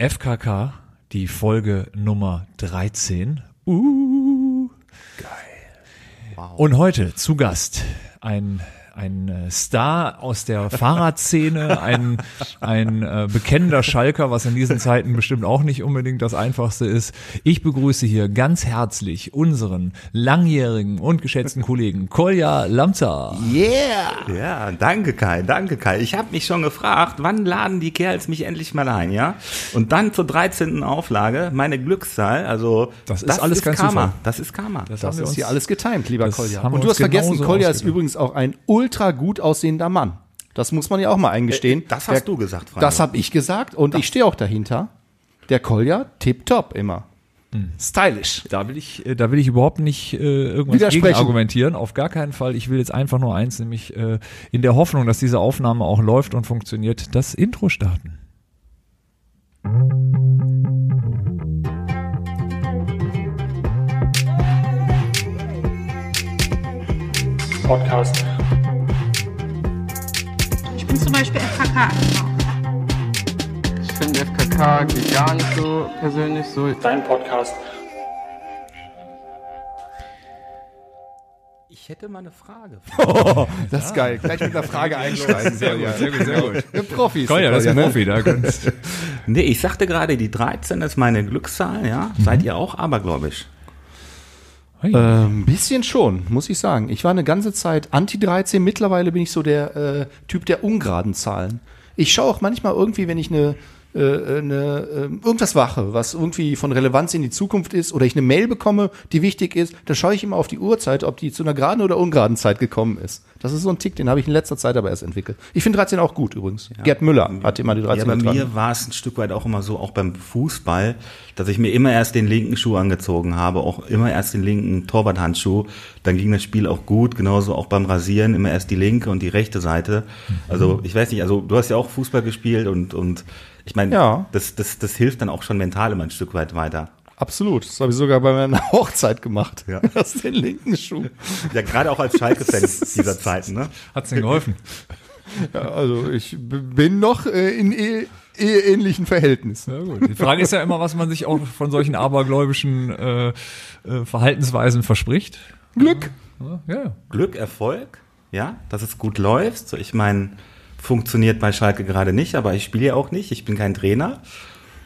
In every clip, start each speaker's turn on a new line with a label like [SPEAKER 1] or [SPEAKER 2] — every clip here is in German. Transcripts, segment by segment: [SPEAKER 1] FKK, die Folge Nummer 13. Uh. Geil. Und heute zu Gast ein ein äh, Star aus der Fahrradszene, ein, ein äh, bekennender Schalker, was in diesen Zeiten bestimmt auch nicht unbedingt das Einfachste ist. Ich begrüße hier ganz herzlich unseren langjährigen und geschätzten Kollegen Kolja Lamza.
[SPEAKER 2] Yeah!
[SPEAKER 3] Ja, danke Kai, danke Kai. Ich habe mich schon gefragt, wann laden die Kerls mich endlich mal ein, ja? Und dann zur 13. Auflage, meine Glückszahl, also
[SPEAKER 1] Das ist alles kein
[SPEAKER 3] Karma.
[SPEAKER 1] Zufall.
[SPEAKER 3] Das ist Karma.
[SPEAKER 1] haben
[SPEAKER 2] Das
[SPEAKER 1] wir
[SPEAKER 2] ist
[SPEAKER 1] uns-
[SPEAKER 2] hier alles getimt, lieber
[SPEAKER 1] das
[SPEAKER 2] Kolja.
[SPEAKER 1] haben wir
[SPEAKER 2] Und du
[SPEAKER 1] uns
[SPEAKER 2] hast vergessen,
[SPEAKER 1] genauso
[SPEAKER 2] Kolja ist
[SPEAKER 1] ausgedacht.
[SPEAKER 2] übrigens auch ein ultra gut aussehender Mann. Das muss man ja auch mal eingestehen.
[SPEAKER 3] Äh, das
[SPEAKER 2] Der-
[SPEAKER 3] hast du gesagt, Franjo.
[SPEAKER 2] Das habe ich gesagt und ich stehe auch dahinter. Der Kolja tipptopp immer. Stylisch.
[SPEAKER 1] Da will ich, äh, da will ich überhaupt nicht äh, irgendwas
[SPEAKER 2] Widersprechen.
[SPEAKER 1] gegen argumentieren, auf gar keinen Fall. Ich will jetzt einfach nur eins, nämlich äh, in der Hoffnung, dass diese Aufnahme auch läuft und funktioniert, das Intro starten.
[SPEAKER 4] Podcast.
[SPEAKER 5] Ich bin zum Beispiel FKK.
[SPEAKER 6] Ich finde FKK geht gar nicht so persönlich so.
[SPEAKER 4] Dein Podcast.
[SPEAKER 3] Ich hätte mal eine Frage.
[SPEAKER 2] Das ist geil. Gleich mit einer Frage einsteigen. sehr gut, sehr gut, sehr gut. Profis.
[SPEAKER 1] Kolja, das ist ein
[SPEAKER 2] ne?
[SPEAKER 1] Profi, da könnt's-
[SPEAKER 3] nee, ich sagte gerade, die 13 ist meine Glückszahl, ja?
[SPEAKER 1] Mhm.
[SPEAKER 3] Seid ihr auch abergläubisch?
[SPEAKER 1] Äh.
[SPEAKER 2] Ähm, bisschen schon, muss ich sagen. Ich war eine ganze Zeit Anti-13, mittlerweile bin ich so der äh, Typ der ungeraden Zahlen. Ich schaue auch manchmal irgendwie, wenn ich eine, äh, eine äh, irgendwas wache, was irgendwie von Relevanz in die Zukunft ist, oder ich eine Mail bekomme, die wichtig ist, dann schaue ich immer auf die Uhrzeit, ob die zu einer geraden oder ungeraden Zeit gekommen ist. Das ist so ein Tick, den habe ich in letzter Zeit aber erst entwickelt. Ich finde 13 auch gut übrigens. Gerd Müller hat immer die 13
[SPEAKER 3] Ja, bei
[SPEAKER 2] getragen.
[SPEAKER 3] mir war es ein Stück weit auch immer so, auch beim Fußball, dass ich mir immer erst den linken Schuh angezogen habe, auch immer erst den linken Torwarthandschuh. Dann ging das Spiel auch gut, genauso auch beim Rasieren immer erst die linke und die rechte Seite.
[SPEAKER 2] Mhm.
[SPEAKER 3] Also ich weiß nicht, also du hast ja auch Fußball gespielt und, und ich meine,
[SPEAKER 2] Ja.
[SPEAKER 3] das, das, das hilft dann auch schon mental immer ein Stück weit weiter.
[SPEAKER 2] Absolut. Das habe ich sogar bei meiner Hochzeit gemacht.
[SPEAKER 3] Ja.
[SPEAKER 2] Das ist den linken Schuh.
[SPEAKER 3] Ja, gerade auch als Schalke-Fan dieser Zeiten, ne?
[SPEAKER 1] Hat's denn geholfen?
[SPEAKER 2] Also ich b- bin noch äh, in eh- eheähnlichen ne? Verhältnissen.
[SPEAKER 1] Ja, gut. Die Frage ist ja immer, was man sich auch von solchen abergläubischen äh, äh, Verhaltensweisen verspricht.
[SPEAKER 2] Glück.
[SPEAKER 1] Ja, Ja,
[SPEAKER 3] Glück, Erfolg, ja, dass es gut läuft. So, ich meine, funktioniert bei Schalke gerade nicht, aber ich spiele ja auch nicht. Ich bin kein Trainer.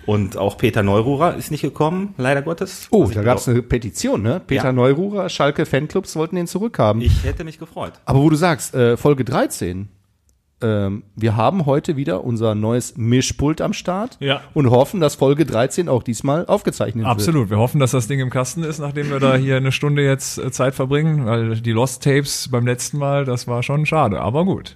[SPEAKER 3] Und auch Peter Neururer ist nicht gekommen, leider Gottes.
[SPEAKER 2] Oh,
[SPEAKER 3] Also ich
[SPEAKER 2] da
[SPEAKER 3] bin
[SPEAKER 1] genau.
[SPEAKER 2] gab es
[SPEAKER 3] auch-
[SPEAKER 2] eine Petition, ne? Peter
[SPEAKER 3] Ja.
[SPEAKER 2] Neururer, Schalke Fanclubs wollten den zurückhaben.
[SPEAKER 3] Ich hätte mich gefreut.
[SPEAKER 2] Aber wo du sagst, äh, Folge 13. Ähm, wir haben heute wieder unser neues Mischpult am Start
[SPEAKER 4] Ja.
[SPEAKER 2] und hoffen, dass Folge 13 auch diesmal aufgezeichnet wird.
[SPEAKER 1] absolut. Wir hoffen, dass das Ding im Kasten ist, nachdem wir da hier eine Stunde jetzt äh, Zeit verbringen, weil die Lost Tapes beim letzten Mal, das war schon schade, aber gut.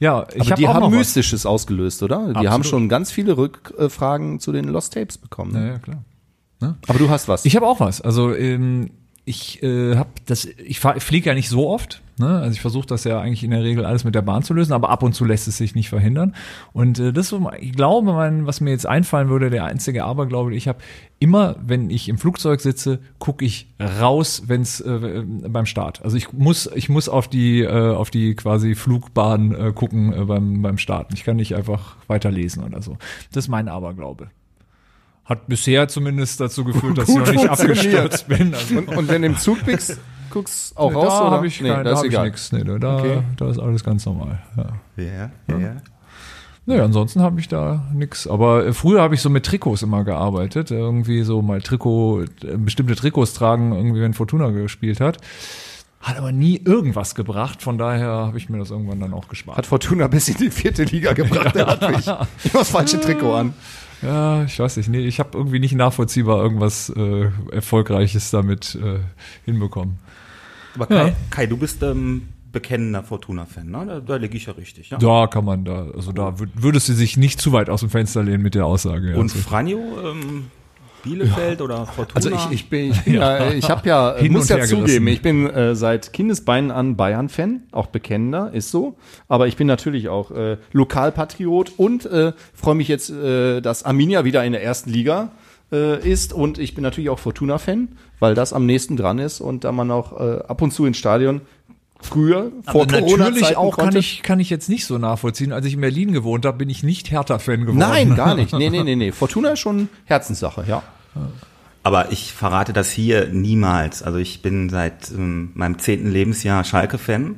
[SPEAKER 1] Ja, ich
[SPEAKER 2] Aber
[SPEAKER 1] hab
[SPEAKER 2] die
[SPEAKER 1] auch
[SPEAKER 2] haben
[SPEAKER 1] noch was.
[SPEAKER 2] Mystisches ausgelöst, oder? Die haben
[SPEAKER 1] Absolut.
[SPEAKER 2] schon ganz viele Rückfragen zu den Lost Tapes bekommen. ne?
[SPEAKER 1] Ja, ja, klar.
[SPEAKER 2] Aber du hast was.
[SPEAKER 1] Ich habe auch was. Also ähm, ich äh, habe das. Ich, fahr- ich fliege ja nicht so oft. Ne? Also ich versuche das ja eigentlich in der Regel alles mit der Bahn zu lösen, aber ab und zu lässt es sich nicht verhindern. Und äh, das, ist so mein- ich glaube, mein, was mir jetzt einfallen würde, der einzige Aberglaube, den ich habe, immer, wenn ich im Flugzeug sitze, gucke ich raus, wenn's äh, beim Start. Also ich muss, ich muss auf die äh, auf die quasi Flugbahn äh, gucken äh, beim beim Starten. Ich kann nicht einfach weiterlesen oder so. Das ist mein Aberglaube. Hat bisher zumindest dazu geführt, dass ich
[SPEAKER 2] Gut
[SPEAKER 1] noch nicht
[SPEAKER 2] funktioniert.
[SPEAKER 1] abgestürzt bin. Also,
[SPEAKER 2] Und, und wenn du im Zug bist, guckst auch raus,
[SPEAKER 1] da
[SPEAKER 2] oder?
[SPEAKER 1] habe ich, kein- da
[SPEAKER 2] ist
[SPEAKER 1] hab ich
[SPEAKER 2] egal.
[SPEAKER 1] nichts. Nee, da, da-
[SPEAKER 2] Okay.
[SPEAKER 1] da ist alles ganz normal. Ja.
[SPEAKER 3] Ja, ja, ja.
[SPEAKER 1] Naja, ansonsten habe ich da nix. Aber äh, früher habe ich so mit Trikots immer gearbeitet. Irgendwie so mal Trikot, äh, bestimmte Trikots tragen, irgendwie wenn Fortuna gespielt hat. Hat aber nie irgendwas gebracht, von daher habe ich mir das irgendwann dann auch
[SPEAKER 2] Hat
[SPEAKER 1] gespart.
[SPEAKER 2] Fortuna bis in die vierte Liga gebracht, der Hartwig. Ich habe das falsche Trikot an.
[SPEAKER 1] ja, ich weiß nicht, nee, ich habe irgendwie nicht nachvollziehbar irgendwas äh, Erfolgreiches damit äh, hinbekommen.
[SPEAKER 3] Aber Kai,
[SPEAKER 1] Ja.
[SPEAKER 3] Kai du bist ähm, bekennender Fortuna-Fan, ne? Da, da liege ich ja richtig. ne? Ja?
[SPEAKER 1] Da kann man da, also da würd, würdest du sich nicht zu weit aus dem Fenster lehnen mit der Aussage. ja.
[SPEAKER 3] Und
[SPEAKER 1] Also-
[SPEAKER 3] Franjo, ähm, Bielefeld oder Fortuna?
[SPEAKER 2] Also ich, ich bin, ich, bin ja. ich habe ja,
[SPEAKER 1] Hin
[SPEAKER 2] muss
[SPEAKER 1] und
[SPEAKER 2] ja
[SPEAKER 1] her
[SPEAKER 2] zugeben,
[SPEAKER 1] gerissen.
[SPEAKER 2] ich bin äh, seit Kindesbeinen an Bayern-Fan, auch bekennender, ist so. Aber ich bin natürlich auch äh, Lokalpatriot und äh, freue mich jetzt, äh, dass Arminia wieder in der ersten Liga äh, ist. Und ich bin natürlich auch Fortuna-Fan, weil das am nächsten dran ist und da man auch äh, ab und zu ins Stadion früher,
[SPEAKER 1] Aber
[SPEAKER 2] vor
[SPEAKER 1] natürlich
[SPEAKER 2] Corona-Zeiten
[SPEAKER 1] auch kann
[SPEAKER 2] konnte.
[SPEAKER 1] ich, kann ich jetzt nicht so nachvollziehen. Als ich in Berlin gewohnt habe, bin ich nicht Hertha-Fan geworden.
[SPEAKER 2] Nein, gar nicht. Nee, nee, nee, nee. Fortuna ist schon Herzenssache, ja.
[SPEAKER 3] Aber ich verrate das hier niemals. Also ich bin seit ähm, meinem zehnten Lebensjahr Schalke-Fan,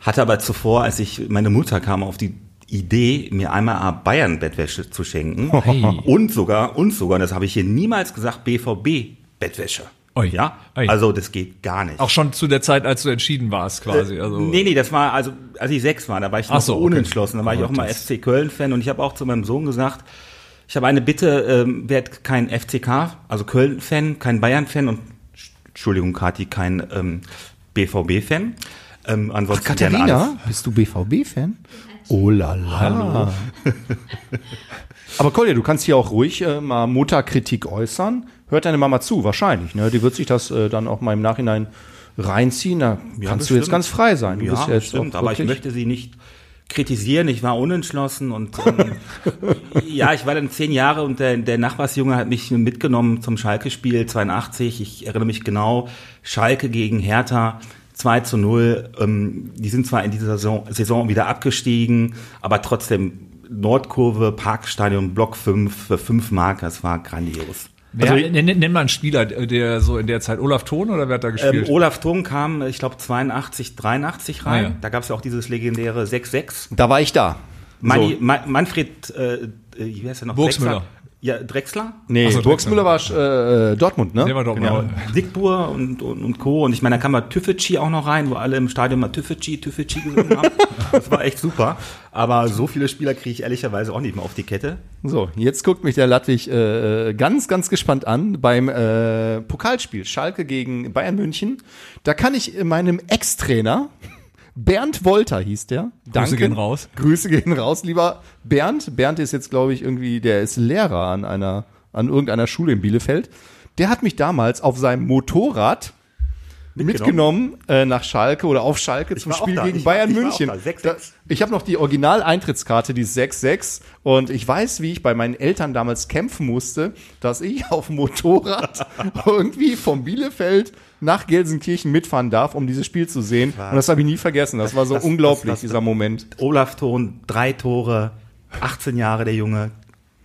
[SPEAKER 3] hatte aber zuvor, als ich meine Mutter kam auf die Idee, mir einmal Bayern Bettwäsche zu schenken und sogar und sogar, das habe ich hier niemals gesagt, BVB Bettwäsche.
[SPEAKER 1] Ui.
[SPEAKER 3] Ja,
[SPEAKER 1] Ui.
[SPEAKER 3] also das geht gar nicht.
[SPEAKER 1] Auch schon zu der Zeit, als du entschieden warst,
[SPEAKER 2] Äh,
[SPEAKER 1] quasi. Also,
[SPEAKER 3] Äh, Nee, nee, das war, also als ich sechs war, da war ich
[SPEAKER 1] Ach
[SPEAKER 3] noch
[SPEAKER 1] so, okay. Oh
[SPEAKER 3] unentschlossen. Da war ich auch
[SPEAKER 1] Gut,
[SPEAKER 3] mal
[SPEAKER 1] das-
[SPEAKER 3] FC Köln-Fan und ich habe auch zu meinem Sohn gesagt, ich habe eine Bitte, ähm, werd kein FCK, also Köln-Fan, kein Bayern-Fan und Entschuldigung, Kati, kein ähm, BVB-Fan. Ähm, ansonsten gerne alles.
[SPEAKER 2] Katharina, bist du BVB-Fan? Oh la la. Aber Kolja, du kannst hier auch ruhig äh, mal Mutterkritik äußern. Hört deine Mama zu, wahrscheinlich. Ne? Die wird sich das äh, dann auch mal im Nachhinein reinziehen. Da kannst du jetzt
[SPEAKER 3] bestimmt.
[SPEAKER 2] ganz frei sein. Du
[SPEAKER 3] ja,
[SPEAKER 2] bist jetzt
[SPEAKER 3] stimmt,
[SPEAKER 2] auch
[SPEAKER 3] aber ich
[SPEAKER 2] wirklich-
[SPEAKER 3] möchte sie nicht kritisieren, ich war unentschlossen und ähm, ja, ich war dann zehn Jahre und der, der Nachbarsjunge hat mich mitgenommen zum Schalke-Spiel 82, ich erinnere mich genau, Schalke gegen Hertha 2 zu 0, ähm, die sind zwar in dieser Saison, Saison wieder abgestiegen, aber trotzdem Nordkurve, Parkstadion, Block 5 für 5 Mark, das war grandios.
[SPEAKER 2] Also,
[SPEAKER 1] Wer, nenn, nenn mal einen Spieler, der so in der Zeit Olaf Thon oder wer hat da
[SPEAKER 3] Ähm,
[SPEAKER 1] gespielt?
[SPEAKER 3] Olaf Thurm kam, ich glaube, 82, 83 rein.
[SPEAKER 1] Ah, ja.
[SPEAKER 3] Da gab es ja auch dieses legendäre 6-6.
[SPEAKER 2] Da war ich da.
[SPEAKER 3] Manni, Ma Manfred, äh, äh, wie heißt er noch?
[SPEAKER 1] Burgsmüller.
[SPEAKER 3] Drexler? Ja, Drexler,
[SPEAKER 2] Nee,
[SPEAKER 1] Ach so,
[SPEAKER 2] Burgsmüller war äh, äh, Dortmund, ne?
[SPEAKER 1] Der war doch mal-
[SPEAKER 3] Dickbur und, und, und Co. Und ich meine, da kam mal Tüffeci auch noch rein, wo alle im Stadion mal Tüffeci, Tüffeci gesungen haben. das war echt super. Aber so viele Spieler kriege ich ehrlicherweise auch nicht mehr auf die Kette.
[SPEAKER 2] So, jetzt guckt mich der Ludwig äh, ganz, ganz gespannt an beim äh, Pokalspiel Schalke gegen Bayern München. Da kann ich äh, meinem Ex-Trainer Bernd Wolter hieß der. Danke.
[SPEAKER 1] gehen raus.
[SPEAKER 2] Grüße gehen raus, lieber Bernd. Bernd ist jetzt, glaube ich, irgendwie, der ist Lehrer an einer, an irgendeiner Schule in Bielefeld. Der hat mich damals auf seinem Motorrad mitgenommen äh, nach Schalke oder auf Schalke zum
[SPEAKER 3] war auch
[SPEAKER 2] Spiel
[SPEAKER 3] da.
[SPEAKER 2] gegen
[SPEAKER 3] Ich war-
[SPEAKER 2] Bayern
[SPEAKER 3] ich war auch
[SPEAKER 2] München.
[SPEAKER 3] da. 6-6.
[SPEAKER 2] Da- ich habe noch die Original-Eintrittskarte, die ist 6-6. Und ich weiß, wie ich bei meinen Eltern damals kämpfen musste, dass ich auf dem Motorrad irgendwie vom Bielefeld nach Gelsenkirchen mitfahren darf, um dieses Spiel zu sehen. Und das habe ich nie vergessen. Das war so
[SPEAKER 3] Das- das-
[SPEAKER 2] unglaublich,
[SPEAKER 3] das-
[SPEAKER 2] dieser Moment.
[SPEAKER 3] Olaf Thon, drei Tore, 18 Jahre der Junge.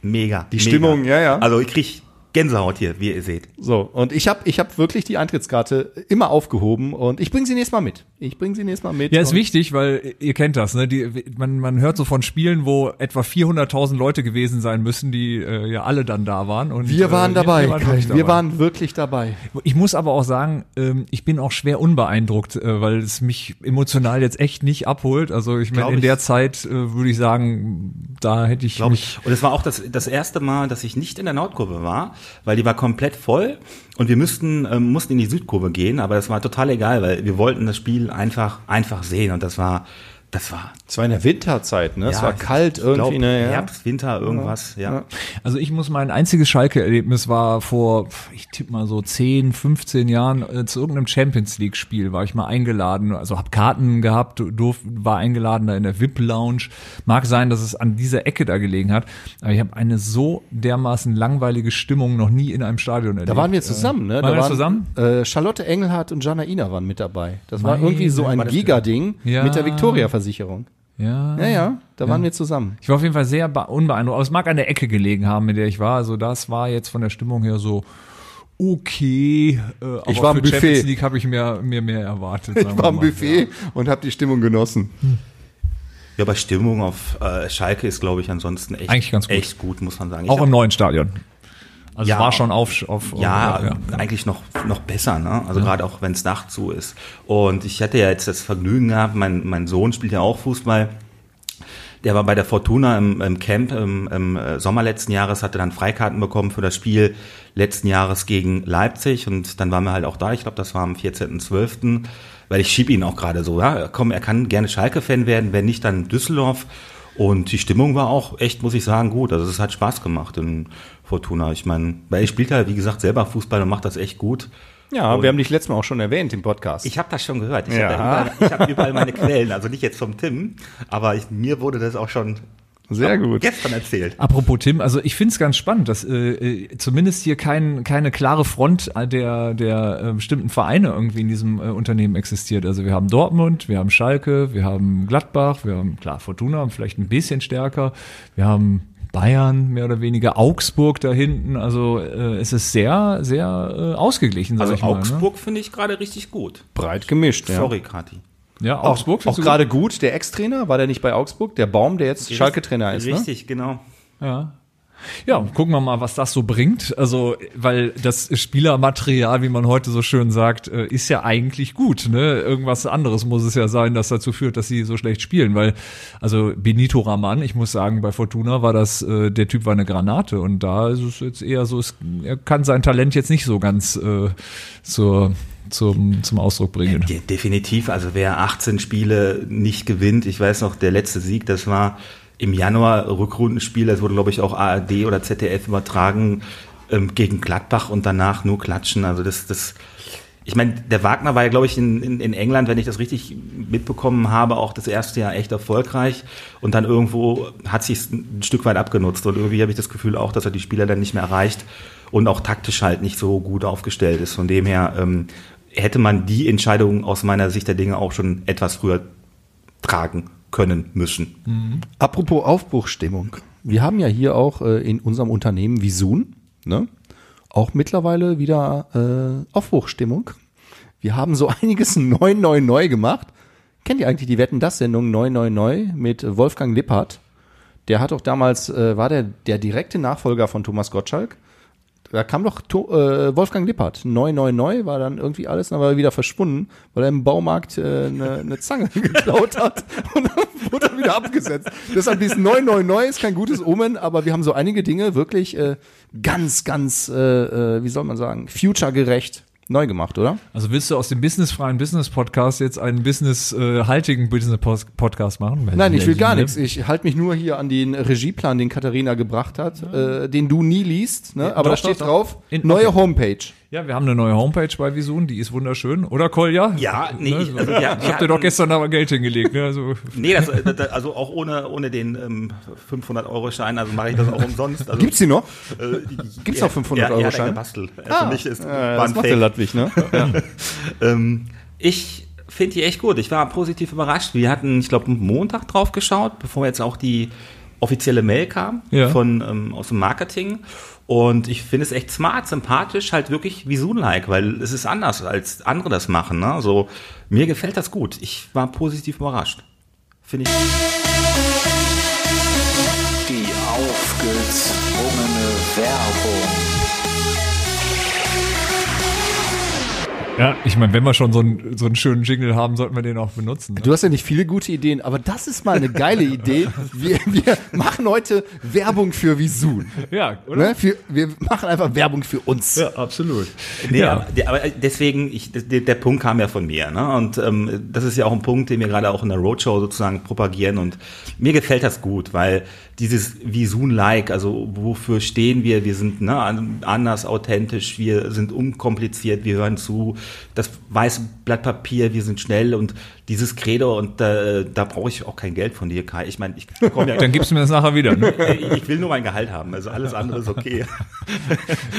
[SPEAKER 3] Mega. Die
[SPEAKER 2] Stimmung, ja, ja.
[SPEAKER 3] Also ich kriege Gänsehaut hier, wie ihr seht.
[SPEAKER 2] So, und ich habe ich hab wirklich die Eintrittskarte immer aufgehoben und ich bringe sie nächstes Mal mit. Ich bringe sie nächstes Mal mit.
[SPEAKER 1] Ja, ist
[SPEAKER 2] und
[SPEAKER 1] wichtig, weil ihr kennt das, ne? Die, man, man hört so von Spielen, wo etwa 400.000 Leute gewesen sein müssen, die äh, ja alle dann da waren. Und,
[SPEAKER 2] wir waren
[SPEAKER 1] äh,
[SPEAKER 2] dabei,
[SPEAKER 1] Wir waren, wirklich
[SPEAKER 2] Kai,
[SPEAKER 1] dabei.
[SPEAKER 2] wir waren wirklich dabei.
[SPEAKER 1] Ich muss aber auch sagen, ähm, ich bin auch schwer unbeeindruckt, äh, weil es mich emotional jetzt echt nicht abholt. Also ich meine,
[SPEAKER 3] Glaub
[SPEAKER 1] in
[SPEAKER 3] ich.
[SPEAKER 1] der Zeit äh, würde ich sagen, da hätte ich
[SPEAKER 3] glaube
[SPEAKER 1] mich
[SPEAKER 3] ich. Und es war auch das, das erste Mal, dass ich nicht in der Nordkurve war, weil die war komplett voll und wir müssten, ähm, mussten in die Südkurve gehen, aber das war total egal, weil wir wollten das Spiel einfach, einfach sehen und das war, das war,
[SPEAKER 2] Es war in der Winterzeit, ne? es
[SPEAKER 3] ja,
[SPEAKER 2] war
[SPEAKER 3] ich
[SPEAKER 2] kalt
[SPEAKER 3] glaub,
[SPEAKER 2] irgendwie. ne? Ja.
[SPEAKER 3] Herbst, Winter, irgendwas, ja.
[SPEAKER 1] Also ich muss mein einziges Schalke-Erlebnis war vor, ich tippe mal so 10, 15 Jahren, äh, zu irgendeinem Champions League-Spiel war ich mal eingeladen, also hab Karten gehabt, durf, war eingeladen da in der VIP-Lounge. Mag sein, dass es an dieser Ecke da gelegen hat, aber ich habe eine so dermaßen langweilige Stimmung noch nie in einem Stadion erlebt.
[SPEAKER 2] Da waren wir zusammen, ne?
[SPEAKER 1] Waren
[SPEAKER 2] da
[SPEAKER 1] wir zusammen?
[SPEAKER 2] Äh, Charlotte Engelhardt und Jana Ina waren mit dabei. Das war
[SPEAKER 1] Meine
[SPEAKER 2] irgendwie so ein
[SPEAKER 1] Güte.
[SPEAKER 2] Gigading
[SPEAKER 1] Ja.
[SPEAKER 2] mit der Victoria-Versicherung.
[SPEAKER 1] Ja.
[SPEAKER 2] Ja, ja, da waren wir zusammen.
[SPEAKER 1] Ich war auf jeden Fall sehr be- unbeeindruckt, aber es mag an der Ecke gelegen haben, in der ich war. Also das war jetzt von der Stimmung her so okay. Äh, aber
[SPEAKER 2] Ich war am
[SPEAKER 1] für Champions
[SPEAKER 2] Buffet.
[SPEAKER 1] League habe ich mir, mir mehr erwartet. sagen wir mal.
[SPEAKER 2] und habe die Stimmung genossen.
[SPEAKER 3] Ja, aber Stimmung auf äh, Schalke ist, glaube ich, ansonsten echt,
[SPEAKER 1] Eigentlich ganz gut.
[SPEAKER 3] echt gut, muss man sagen. Ich
[SPEAKER 1] Auch
[SPEAKER 3] hab-
[SPEAKER 1] im neuen Stadion. Also
[SPEAKER 3] Ja.
[SPEAKER 1] es war schon auf, auf
[SPEAKER 3] ja,
[SPEAKER 1] auf- ja.
[SPEAKER 3] eigentlich noch, noch besser, ne? Also gerade auch, wenn es Nacht zu ist. Und ich hatte ja jetzt das Vergnügen gehabt, mein, mein Sohn spielt ja auch Fußball. Der war bei der Fortuna im, im Camp im, im äh, Sommer letzten Jahres, hatte dann Freikarten bekommen für das Spiel letzten Jahres gegen Leipzig und dann waren wir halt auch da. Ich glaube, das war am 14.12., weil ich schieb ihn auch gerade so. Ja, komm, er kann gerne Schalke-Fan werden, wenn nicht, dann Düsseldorf. Und die Stimmung war auch echt, muss ich sagen, gut. Also es hat Spaß gemacht in Fortuna. Ich meine, weil er spielt halt, wie gesagt, selber Fußball und macht das echt gut.
[SPEAKER 2] Ja, wir haben dich letztes Mal auch schon erwähnt im Podcast.
[SPEAKER 3] Ich habe das schon gehört. Ich
[SPEAKER 2] Ja.
[SPEAKER 3] habe überall, ich hab überall meine Quellen. Also nicht jetzt vom Tim, aber ich, mir wurde das auch schon
[SPEAKER 2] Sehr gut.
[SPEAKER 3] Gestern erzählt.
[SPEAKER 1] Apropos Tim, also ich finde es ganz spannend, dass äh, äh, zumindest hier kein, keine klare Front äh, der, der äh, bestimmten Vereine irgendwie in diesem äh, Unternehmen existiert. Also wir haben Dortmund, wir haben Schalke, wir haben Gladbach, wir haben klar Fortuna, vielleicht ein bisschen stärker, wir haben Bayern mehr oder weniger, Augsburg da hinten. Also äh, es ist sehr, sehr äh, ausgeglichen, sag
[SPEAKER 3] Also
[SPEAKER 1] ich mal. ne?
[SPEAKER 3] Augsburg finde ich gerade richtig gut.
[SPEAKER 2] Breit gemischt, ja.
[SPEAKER 3] Sorry, Kati.
[SPEAKER 1] Ne? Ja, Augsburg
[SPEAKER 2] Auch
[SPEAKER 1] findest du gut?
[SPEAKER 2] gerade gut, der Ex-Trainer, war der nicht bei Augsburg? Der Baum, der jetzt Schalke-Trainer ist, ne?
[SPEAKER 3] Richtig, genau.
[SPEAKER 1] Ja. Ja, gucken wir mal, was das so bringt. Also, weil das Spielermaterial, wie man heute so schön sagt, äh, ist ja eigentlich gut. Ne? Irgendwas anderes muss es ja sein, das dazu führt, dass sie so schlecht spielen. Weil, also Benito Raman, ich muss sagen, bei Fortuna war das, äh, der Typ war eine Granate. Und da ist es jetzt eher so, es, er kann sein Talent jetzt nicht so ganz äh, zur, zum, zum Ausdruck bringen.
[SPEAKER 3] De definitiv, also wer 18 Spiele nicht gewinnt, ich weiß noch, der letzte Sieg, das war im Januar Rückrundenspiel, das wurde, glaube ich, auch ARD oder ZDF übertragen ähm, gegen Gladbach und danach nur klatschen. Also das, das ich meine, der Wagner war ja, glaube ich, in, in, in England, wenn ich das richtig mitbekommen habe, auch das erste Jahr echt erfolgreich. Und dann irgendwo hat sich ein Stück weit abgenutzt. Und irgendwie habe ich das Gefühl auch, dass er die Spieler dann nicht mehr erreicht und auch taktisch halt nicht so gut aufgestellt ist. Von dem her ähm, hätte man die Entscheidung aus meiner Sicht der Dinge auch schon etwas früher tragen können müssen.
[SPEAKER 1] Hm.
[SPEAKER 2] Apropos Aufbruchstimmung. Wir haben ja hier auch äh, in unserem Unternehmen Visun, ne? auch mittlerweile wieder äh, Aufbruchstimmung. Wir haben so einiges neu, neu, neu gemacht. Kennt ihr eigentlich die Wetten das Sendung neu, neu, neu mit Wolfgang Lippert? Der hat doch damals, äh, war der, der direkte Nachfolger von Thomas Gottschalk. Da kam doch to äh, Wolfgang Lippert. Neu, neu, neu war dann irgendwie alles, dann war er wieder verschwunden, weil er im Baumarkt äh, eine, eine Zange geklaut hat und dann wurde er wieder abgesetzt. Deshalb dieses neu, neu, neu ist kein gutes Omen, aber wir haben so einige Dinge wirklich äh, ganz, ganz, äh, äh, wie soll man sagen, futuregerecht neu gemacht, oder?
[SPEAKER 1] Also willst du aus dem businessfreien Business-Podcast jetzt einen äh, businesshaltigen Business-Podcast machen?
[SPEAKER 2] Nein, ich will gar
[SPEAKER 1] ne?
[SPEAKER 2] nichts. Ich halte mich nur hier an den Regieplan, den Katharina gebracht hat, äh, den du nie liest, ne? aber
[SPEAKER 1] doch,
[SPEAKER 2] da steht
[SPEAKER 1] doch, doch.
[SPEAKER 2] drauf,
[SPEAKER 1] In-
[SPEAKER 2] neue
[SPEAKER 1] okay.
[SPEAKER 2] Homepage.
[SPEAKER 1] Ja, wir haben eine neue Homepage bei Visun, die ist wunderschön. Oder, Kolja?
[SPEAKER 3] Ja, nee,
[SPEAKER 1] Ne,
[SPEAKER 3] ich- also, ja,
[SPEAKER 1] ich
[SPEAKER 3] wir
[SPEAKER 1] hab dir doch
[SPEAKER 3] hatten-
[SPEAKER 1] gestern aber Geld hingelegt. Ne? Also,
[SPEAKER 3] Nee, das, das, also auch ohne, ohne den ähm, 500-Euro-Schein, also mache ich das auch umsonst. Also,
[SPEAKER 2] Gibt's die noch?
[SPEAKER 3] Äh,
[SPEAKER 2] Gibt's
[SPEAKER 3] ja,
[SPEAKER 2] noch 500 Euro
[SPEAKER 3] ja,
[SPEAKER 2] Schein? Ah.
[SPEAKER 3] Ja, gebastelt. Also nicht, es war
[SPEAKER 2] Äh, das
[SPEAKER 3] ein
[SPEAKER 2] macht der
[SPEAKER 3] Fake.
[SPEAKER 2] Ludwig, ne?
[SPEAKER 3] Ähm, ich finde die echt gut. Ich war positiv überrascht. Wir hatten, ich glaube, Montag drauf geschaut, bevor jetzt auch die offizielle Mail kam
[SPEAKER 1] Ja.
[SPEAKER 3] von ähm, aus dem Marketing. Und ich finde es echt smart, sympathisch, halt wirklich Visun-like, weil es ist anders, als andere das machen. Ne? So, mir gefällt das gut. Ich war positiv überrascht. Finde ich.
[SPEAKER 4] Die aufgezwungene Werbung.
[SPEAKER 1] ja, ich meine, wenn wir schon so einen, so einen schönen Jingle haben, sollten wir den auch benutzen. Ne?
[SPEAKER 2] Du hast ja nicht viele gute Ideen, aber das ist mal eine geile Idee. Wir, wir machen heute Werbung für Visun.
[SPEAKER 1] Ja,
[SPEAKER 2] Ne? Für, wir machen einfach Werbung für uns.
[SPEAKER 1] Ja, absolut.
[SPEAKER 3] Nee,
[SPEAKER 1] ja.
[SPEAKER 3] aber, der- aber äh, deswegen, ich, der, der Punkt kam ja von mir. Ne? Und ähm, das ist ja auch ein Punkt, den wir gerade auch in der Roadshow sozusagen propagieren. Und mir gefällt das gut, weil dieses Visun-like, also wofür stehen wir? Wir sind ne, an- anders, authentisch, wir sind unkompliziert, wir hören zu. Das weiße Blatt Papier, wir sind schnell und dieses Credo. Und äh, da brauche ich auch kein Geld von dir, Kai. Ich meine, ich komme ja äh,
[SPEAKER 1] Dann gibst du mir das nachher wieder. Ne?
[SPEAKER 3] Ich will nur mein Gehalt haben, also alles andere ist okay.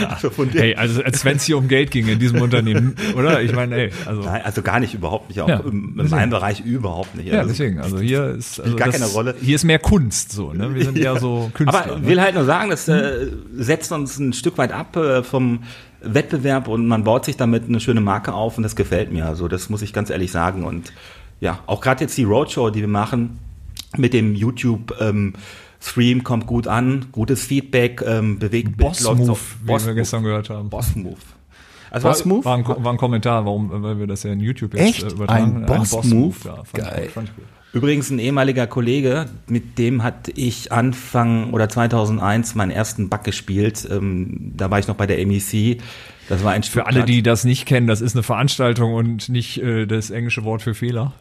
[SPEAKER 3] Also von dir
[SPEAKER 1] Hey, also als wenn es hier um Geld ginge in diesem Unternehmen, oder? Ich meine, ey, also
[SPEAKER 3] Nein, also gar nicht, überhaupt nicht. Auch
[SPEAKER 1] Ja,
[SPEAKER 3] im, in meinem Bereich überhaupt nicht.
[SPEAKER 1] ja,
[SPEAKER 3] Also,
[SPEAKER 1] deswegen. Also hier ist also
[SPEAKER 3] gar keine Rolle.
[SPEAKER 1] Hier ist mehr Kunst, so. Ne? Wir sind ja, so Künstler.
[SPEAKER 3] Aber
[SPEAKER 1] ne? Hm.
[SPEAKER 3] will halt nur sagen, das äh, setzt uns ein Stück weit ab äh, vom Wettbewerb und man baut sich damit eine schöne Marke auf und das gefällt mir. Also das muss ich ganz ehrlich sagen. Und ja, auch gerade jetzt die Roadshow, die wir machen mit dem YouTube. Ähm, Stream kommt gut an, gutes Feedback, ähm, bewegt
[SPEAKER 1] Boss
[SPEAKER 3] läuft
[SPEAKER 1] Move,
[SPEAKER 3] auf-
[SPEAKER 1] wie
[SPEAKER 3] Boss
[SPEAKER 1] wir
[SPEAKER 3] Move.
[SPEAKER 1] gestern gehört haben.
[SPEAKER 3] Boss Move. Also
[SPEAKER 2] Boss Move?
[SPEAKER 1] War ein, Ko- war ein Kommentar, warum, weil wir das ja in YouTube
[SPEAKER 2] Echt?
[SPEAKER 1] jetzt äh, übertragen
[SPEAKER 2] Ein Boss-Move?
[SPEAKER 1] ja, fand ich-
[SPEAKER 2] Geil.
[SPEAKER 1] fand ich gut.
[SPEAKER 3] Übrigens ein ehemaliger Kollege, mit dem hatte ich Anfang oder 2001 meinen ersten Bug gespielt. Ähm, da war ich noch bei der MEC. Das war ein
[SPEAKER 1] Für alle, die das nicht kennen, das ist eine Veranstaltung und nicht äh, das englische Wort für Fehler.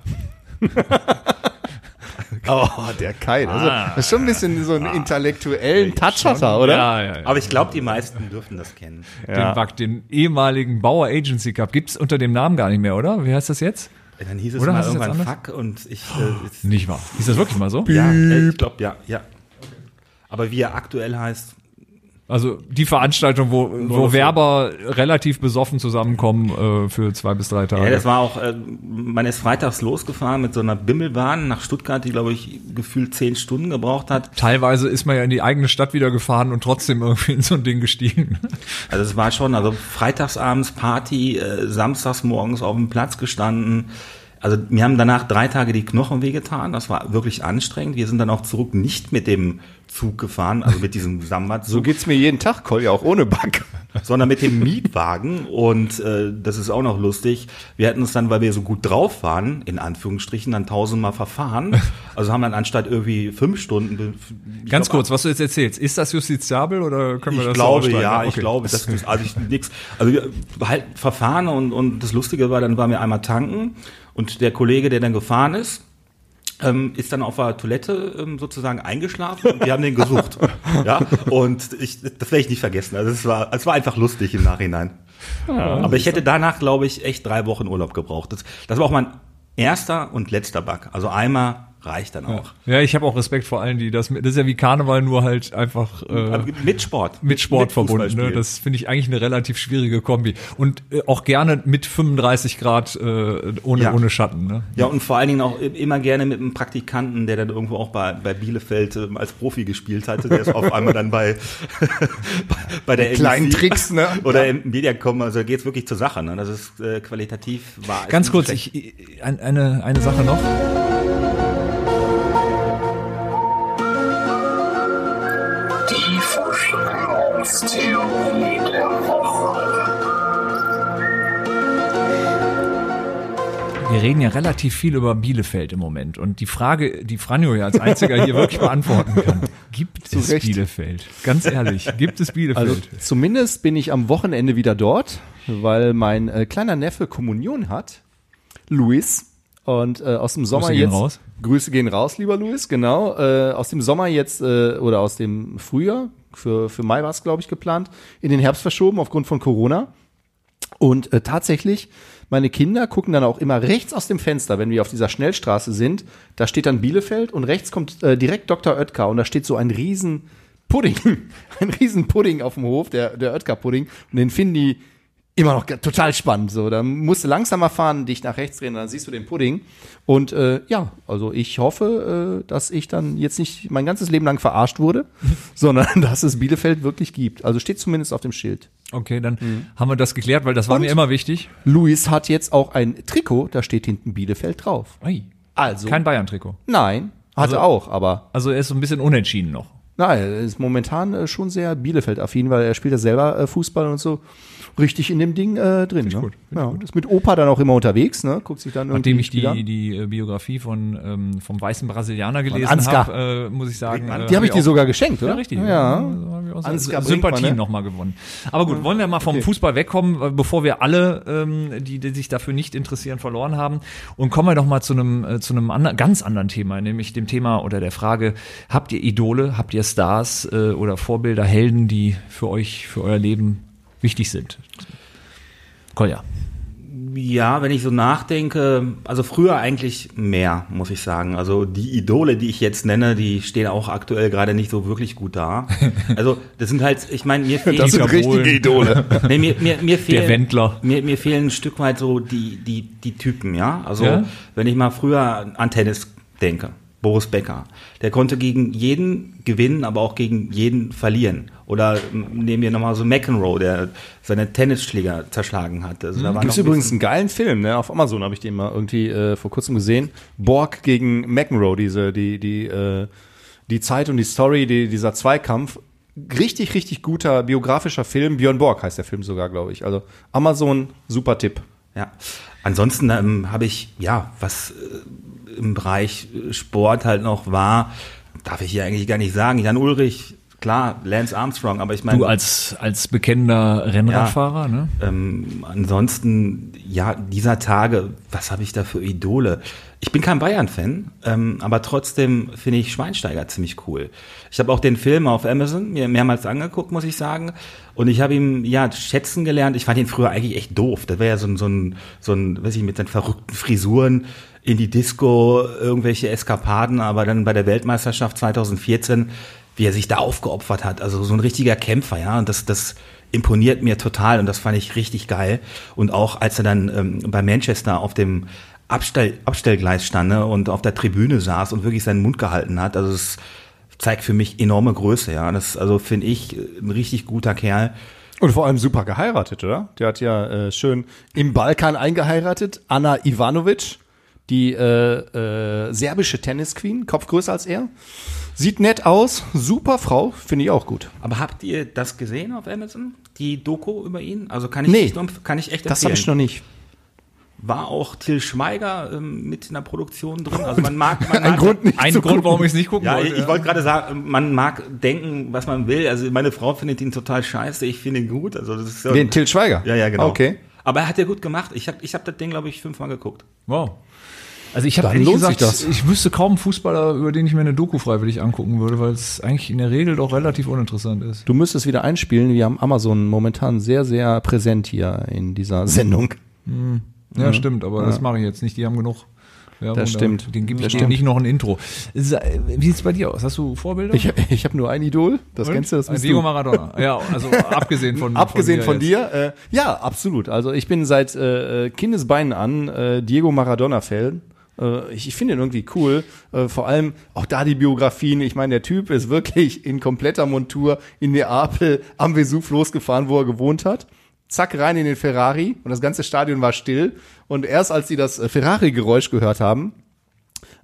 [SPEAKER 2] Oh, der Kai. Also, das ist schon ein bisschen so einen intellektuellen Touch hat er, oder?
[SPEAKER 1] Ja, ja, ja.
[SPEAKER 3] Aber ich glaube, die meisten dürften das kennen.
[SPEAKER 1] Den Bug, den ehemaligen Bauer Agency Cup, gibt's unter dem Namen gar nicht mehr, oder? Wie heißt das jetzt?
[SPEAKER 3] Dann hieß es
[SPEAKER 1] Oder
[SPEAKER 3] mal
[SPEAKER 1] hast du Oh, es jetzt
[SPEAKER 3] irgendwann
[SPEAKER 1] anders?
[SPEAKER 3] Fuck und ich. Äh,
[SPEAKER 1] Nicht wahr. Ist das wirklich mal so?
[SPEAKER 3] ja, äh, ich glaube, ja, ja. Aber wie er aktuell heißt,
[SPEAKER 1] Also die Veranstaltung, wo, wo
[SPEAKER 3] so.
[SPEAKER 1] Werber relativ besoffen zusammenkommen äh, für zwei bis drei Tage.
[SPEAKER 3] Ja, das war auch, äh, man ist freitags losgefahren mit so einer Bimmelbahn nach Stuttgart, die, glaube ich, gefühlt zehn Stunden gebraucht hat.
[SPEAKER 1] Teilweise ist man ja in die eigene Stadt wieder gefahren und trotzdem irgendwie in so ein Ding gestiegen.
[SPEAKER 3] Also es war schon, also freitagsabends Party, äh, samstags morgens auf dem Platz gestanden. Also mir haben danach drei Tage die Knochen wehgetan. Das war wirklich anstrengend. Wir sind dann auch zurück nicht mit dem Zug gefahren, also mit diesem
[SPEAKER 2] So
[SPEAKER 3] Samba-Zug,
[SPEAKER 2] geht's mir jeden Tag, Kolja, auch ohne Back.
[SPEAKER 3] sondern mit dem Mietwagen. Und äh, das ist auch noch lustig. Wir hatten uns dann, weil wir so gut drauf waren, in Anführungsstrichen, dann tausendmal verfahren. Also haben dann anstatt irgendwie fünf Stunden, be- ich
[SPEAKER 1] Ganz
[SPEAKER 3] glaub,
[SPEAKER 1] kurz, was du jetzt erzählst, ist das justiziabel oder können wir
[SPEAKER 3] ich
[SPEAKER 1] das
[SPEAKER 3] glaube,
[SPEAKER 1] ausstreiten?
[SPEAKER 3] ja, ich
[SPEAKER 1] Okay.
[SPEAKER 3] glaube, das ist also ich, nix. Also wir halt Verfahren und, und das Lustige war, dann waren wir einmal tanken und der Kollege, der dann gefahren ist, ähm, ist dann auf der Toilette ähm, sozusagen eingeschlafen und wir haben den gesucht. ja, und ich, das werde ich nicht vergessen. Also es war, es war einfach lustig im Nachhinein. Aber ich hätte danach, glaube ich, echt drei Wochen Urlaub gebraucht. Das, das war auch mein erster und letzter Bug. Also einmal reicht dann auch.
[SPEAKER 1] Ja, ich habe auch Respekt vor allen, die das, mit- das ist ja wie Karneval, nur halt einfach äh,
[SPEAKER 3] Aber Mit Sport.
[SPEAKER 1] mit Sport verbunden. Ne?
[SPEAKER 3] Fußballspielen.
[SPEAKER 1] Das finde ich eigentlich eine relativ schwierige Kombi. Und äh, auch gerne mit 35 Grad äh, ohne,
[SPEAKER 3] Ja.
[SPEAKER 1] ohne Schatten. Ne?
[SPEAKER 3] Ja, und vor allen Dingen auch i- immer gerne mit einem Praktikanten, der dann irgendwo auch bei, bei Bielefeld ähm, als Profi gespielt hatte, der ist auf einmal dann bei, bei, bei der
[SPEAKER 2] Kleinen
[SPEAKER 3] NBC
[SPEAKER 2] Tricks, ne?
[SPEAKER 3] oder im Mediacom, also geht's wirklich zur Sache, ne? Das ist äh, qualitativ war. es
[SPEAKER 1] Ganz
[SPEAKER 3] nicht
[SPEAKER 1] kurz,
[SPEAKER 3] schlecht.
[SPEAKER 1] ich, ich, ein- eine, eine Sache noch.
[SPEAKER 4] Die Verschwörungstheorie der Woche.
[SPEAKER 1] Wir reden ja relativ viel über Bielefeld im Moment. Und die Frage, die Franjo ja als einziger hier wirklich beantworten kann, gibt es
[SPEAKER 2] Recht.
[SPEAKER 1] Bielefeld? Ganz ehrlich, gibt es Bielefeld?
[SPEAKER 2] Also zumindest bin ich am Wochenende wieder dort, weil mein äh, kleiner Neffe Kommunion hat, Luis. Und äh, aus dem Sommer
[SPEAKER 1] gehen
[SPEAKER 2] jetzt.
[SPEAKER 1] raus.
[SPEAKER 2] Grüße gehen raus, lieber Luis, genau. Äh, aus dem Sommer jetzt äh, oder aus dem Frühjahr, für, für Mai war es, glaube ich, geplant, in den Herbst verschoben aufgrund von Corona. Und äh, tatsächlich, meine Kinder gucken dann auch immer rechts aus dem Fenster, wenn wir auf dieser Schnellstraße sind. Da steht dann Bielefeld und rechts kommt äh, direkt Dr. Oetker und da steht so ein riesen Pudding, ein riesen Pudding auf dem Hof, der, der Oetker-Pudding. Und den finden die immer noch ge- total spannend. So, dann musst du langsamer fahren, dich nach rechts drehen, und dann siehst du den Pudding. Und äh, ja, also ich hoffe, äh, dass ich dann jetzt nicht mein ganzes Leben lang verarscht wurde, sondern dass es Bielefeld wirklich gibt. Also steht zumindest auf dem Schild.
[SPEAKER 1] okay, dann
[SPEAKER 2] hm.
[SPEAKER 1] haben wir das geklärt, weil das war mir immer wichtig.
[SPEAKER 2] Luis hat jetzt auch ein Trikot, da steht hinten Bielefeld drauf.
[SPEAKER 1] Ei,
[SPEAKER 2] Also,
[SPEAKER 1] Kein Bayern-Trikot.
[SPEAKER 2] nein, hatte auch, aber
[SPEAKER 1] Also er ist so ein bisschen unentschieden noch.
[SPEAKER 2] nein, er ist momentan äh, schon sehr Bielefeld-affin, weil er spielt ja selber äh, Fußball und so richtig in dem Ding äh, drin. Ne?
[SPEAKER 1] gut, find ich
[SPEAKER 2] ja, ist mit Opa dann auch immer unterwegs, ne? guckt sich dann
[SPEAKER 1] Nachdem ich
[SPEAKER 2] Spiele
[SPEAKER 1] die,
[SPEAKER 2] an.
[SPEAKER 1] die äh, Biografie von ähm, vom weißen Brasilianer gelesen
[SPEAKER 2] Ansgar.
[SPEAKER 1] habe, äh, muss ich sagen, äh,
[SPEAKER 2] Die habe ich dir
[SPEAKER 1] auch-
[SPEAKER 2] sogar geschenkt, oder?
[SPEAKER 1] ja, richtig.
[SPEAKER 2] Ja.
[SPEAKER 1] Also hab ich auch so
[SPEAKER 2] Ansgar
[SPEAKER 1] Sympathien
[SPEAKER 2] Brinkmann, ne?
[SPEAKER 1] nochmal gewonnen. Aber gut, wollen wir mal vom Fußball wegkommen, äh, bevor wir alle, ähm, die, die sich dafür nicht interessieren, verloren haben. Und kommen wir doch mal zu einem, äh, zu einem ander, ganz anderen Thema, nämlich dem Thema oder der Frage, habt ihr Idole, habt ihr Stars äh, oder Vorbilder, Helden, die für euch, für euer Leben wichtig sind? Kolja.
[SPEAKER 3] Ja, wenn ich so nachdenke, also früher eigentlich mehr, muss ich sagen. Also die Idole, die ich jetzt nenne, die stehen auch aktuell gerade nicht so wirklich gut da. Also das sind halt, ich meine, mir fehlt
[SPEAKER 2] Das sind
[SPEAKER 1] Dieter Bohlen.
[SPEAKER 2] richtige Idole.
[SPEAKER 3] Nee, mir, mir, mir fehlen,
[SPEAKER 1] Wendler.
[SPEAKER 3] Mir, mir fehlen ein Stück weit so die, die, die Typen, ja. Also,
[SPEAKER 1] Ja.
[SPEAKER 3] wenn ich mal früher an Tennis denke, Boris Becker, der konnte gegen jeden gewinnen, aber auch gegen jeden verlieren. Oder ähm, nehmen wir nochmal so McEnroe, der seine Tennisschläger zerschlagen hat. Also,
[SPEAKER 1] Mhm.
[SPEAKER 3] da war
[SPEAKER 2] Gibt es
[SPEAKER 3] noch ein
[SPEAKER 2] übrigens einen geilen Film, ne? Auf Amazon habe ich den mal irgendwie äh, vor kurzem gesehen. Borg gegen McEnroe, diese, die, die, äh, die Zeit und die Story, die, dieser Zweikampf. Richtig, richtig guter biografischer Film. Björn Borg heißt der Film sogar, glaube ich. Also Amazon, super Tipp.
[SPEAKER 3] Ja. Ansonsten ähm, habe ich, ja, was äh, im Bereich äh, Sport halt noch war, darf ich hier eigentlich gar nicht sagen. Jan Ulrich, klar, Lance Armstrong, aber ich meine.
[SPEAKER 1] Du als, als bekennender Rennradfahrer, ne?
[SPEAKER 3] Ähm, ansonsten, ja, dieser Tage, was habe ich da für Idole? Ich bin kein Bayern-Fan, ähm, aber trotzdem finde ich Schweinsteiger ziemlich cool. Ich habe auch den Film auf Amazon mir mehrmals angeguckt, muss ich sagen. Und ich habe ihn, ja, schätzen gelernt. Ich fand ihn früher eigentlich echt doof. Da wäre ja so ein, so ein, so ein, weiß ich, mit seinen verrückten Frisuren in die Disco, irgendwelche Eskapaden, aber dann bei der Weltmeisterschaft 2014 wie er sich da aufgeopfert hat. Also so ein richtiger Kämpfer, ja. Und das, das imponiert mir total und das fand ich richtig geil. Und auch als er dann ähm, bei Manchester auf dem Abstell, Abstellgleis stand ne, und auf der Tribüne saß und wirklich seinen Mund gehalten hat. Also es zeigt für mich enorme Größe, ja. Das ist also finde ich äh, ein richtig guter Kerl.
[SPEAKER 2] Und vor allem super geheiratet, oder? Der hat ja äh, schön im Balkan eingeheiratet. Anna Ivanovic, die äh, äh, serbische Tennisqueen, Kopf größer als er. Sieht nett aus, super Frau, finde ich auch gut.
[SPEAKER 3] Aber habt ihr das gesehen auf Amazon? Die Doku über ihn? Also kann ich,
[SPEAKER 2] Nee.
[SPEAKER 3] echt, nur empf- kann ich echt
[SPEAKER 2] Das habe ich noch nicht.
[SPEAKER 3] War auch Till Schweiger ähm, mit in der Produktion drin? Also man mag, man mag
[SPEAKER 2] nicht
[SPEAKER 1] Ein
[SPEAKER 2] zu
[SPEAKER 1] Grund,
[SPEAKER 2] gucken.
[SPEAKER 1] warum ich es nicht gucken
[SPEAKER 3] Ja,
[SPEAKER 1] wollte.
[SPEAKER 3] ich, ich wollte gerade sagen, man mag denken, was man will. Also meine Frau findet ihn total scheiße, ich finde ihn gut. Also das ist so,
[SPEAKER 2] Den Till Schweiger?
[SPEAKER 3] Ja, ja, genau.
[SPEAKER 2] Okay.
[SPEAKER 3] Aber er hat ja gut gemacht. Ich habe ich hab das Ding, glaube ich, fünfmal geguckt.
[SPEAKER 1] Wow. Also ich habe
[SPEAKER 2] Dann
[SPEAKER 1] ehrlich
[SPEAKER 2] lohnt sich
[SPEAKER 1] gesagt,
[SPEAKER 2] das.
[SPEAKER 1] ich wüsste kaum einen Fußballer, über den ich mir eine Doku freiwillig angucken würde, weil es eigentlich in der Regel doch relativ uninteressant ist.
[SPEAKER 2] Du müsstest wieder einspielen. Wir haben Amazon momentan sehr, sehr präsent hier in dieser Sendung.
[SPEAKER 1] Ja, stimmt, aber das mache ich jetzt nicht. Die haben genug. Werbung
[SPEAKER 2] Das
[SPEAKER 1] da.
[SPEAKER 2] stimmt.
[SPEAKER 1] Den gebe
[SPEAKER 2] Das
[SPEAKER 1] ich dir
[SPEAKER 2] stimmt.
[SPEAKER 1] nicht noch ein Intro. Sa- Wie sieht's bei dir aus? Hast du Vorbilder? Äh,
[SPEAKER 2] Ich, ich habe nur ein Idol. Das kennst du, das bist
[SPEAKER 1] Diego
[SPEAKER 2] du.
[SPEAKER 1] Maradona. Ja, also abgesehen von
[SPEAKER 2] Abgesehen von
[SPEAKER 1] jetzt.
[SPEAKER 2] dir, äh, ja, absolut. Also ich bin seit äh, äh, Kindesbeinen an äh, Diego Maradona-Fan. Äh, ich ich finde ihn irgendwie cool. Äh, vor allem auch da die Biografien. Ich meine, der Typ ist wirklich in kompletter Montur in Neapel am Vesuv losgefahren, wo er gewohnt hat. Zack rein in den Ferrari und das ganze Stadion war still. Und erst als sie das äh, Ferrari-Geräusch gehört haben,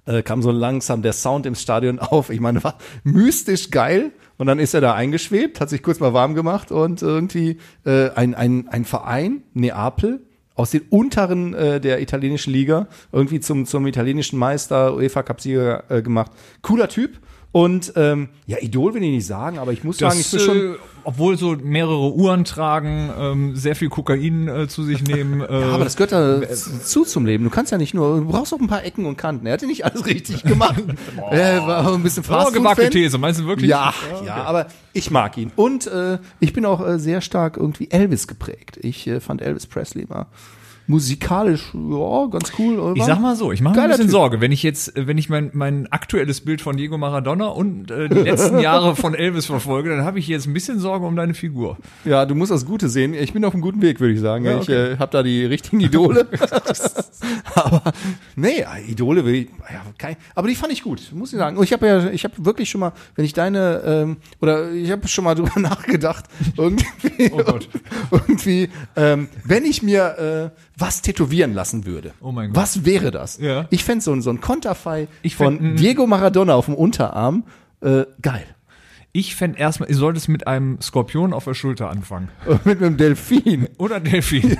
[SPEAKER 2] äh, kam so langsam der Sound im Stadion auf. Ich meine, war mystisch geil. Und dann ist er da eingeschwebt, hat sich kurz mal warm gemacht und irgendwie äh, ein, ein, ein Verein, Neapel, aus den unteren äh, der italienischen Liga, irgendwie zum, zum italienischen Meister, UEFA Cup-Sieger äh, gemacht. Cooler Typ. Und ähm, ja, Idol will ich nicht sagen, aber ich muss sagen, ich
[SPEAKER 1] Das,
[SPEAKER 2] bin schon.
[SPEAKER 1] äh, obwohl so mehrere Uhren tragen, ähm, sehr viel Kokain äh, zu sich nehmen. Äh,
[SPEAKER 2] Ja, aber das gehört ja zu zum Leben. Du kannst ja nicht nur, du brauchst auch ein paar Ecken und Kanten. Er hat ja nicht alles richtig gemacht. äh, war auch ein bisschen
[SPEAKER 1] oh,
[SPEAKER 2] fast
[SPEAKER 1] gewagte These. Meinst du wirklich?
[SPEAKER 2] Ja, ja, aber ich mag ihn. Und äh, ich bin auch äh, sehr stark irgendwie Elvis geprägt. Ich äh, fand Elvis Presley mal musikalisch, ja, ganz cool. oder?
[SPEAKER 1] Ich sag mal so, ich mache mir ein
[SPEAKER 2] Geiler
[SPEAKER 1] bisschen
[SPEAKER 2] Typ.
[SPEAKER 1] Sorge, wenn ich jetzt, äh, wenn ich mein, mein aktuelles Bild von Diego Maradona und äh, die letzten Jahre von Elvis verfolge, dann habe ich jetzt ein bisschen Sorge um deine Figur.
[SPEAKER 2] Ja, du musst das Gute sehen. Ich bin auf einem guten Weg, würde ich sagen.
[SPEAKER 1] Ja, okay.
[SPEAKER 2] Ich äh, habe da die richtigen Idole. aber nee, Idole will ich, ja, kein, aber die fand ich gut, muss ich sagen. Und ich habe ja, ich habe wirklich schon mal, wenn ich deine ähm, oder ich habe schon mal drüber nachgedacht, irgendwie,
[SPEAKER 1] Oh Gott.
[SPEAKER 2] irgendwie, ähm, wenn ich mir äh, was tätowieren lassen würde,
[SPEAKER 1] Oh mein Gott.
[SPEAKER 2] was wäre das?
[SPEAKER 1] Ja.
[SPEAKER 2] Ich fände so, ein- so ein Konterfei
[SPEAKER 1] Ich
[SPEAKER 2] von
[SPEAKER 1] fänd, mm.
[SPEAKER 2] Diego Maradona auf dem Unterarm äh, geil.
[SPEAKER 1] Ich fände erstmal, ihr solltet mit einem Skorpion auf der Schulter anfangen.
[SPEAKER 2] Mit einem Delfin.
[SPEAKER 1] Oder Delfin.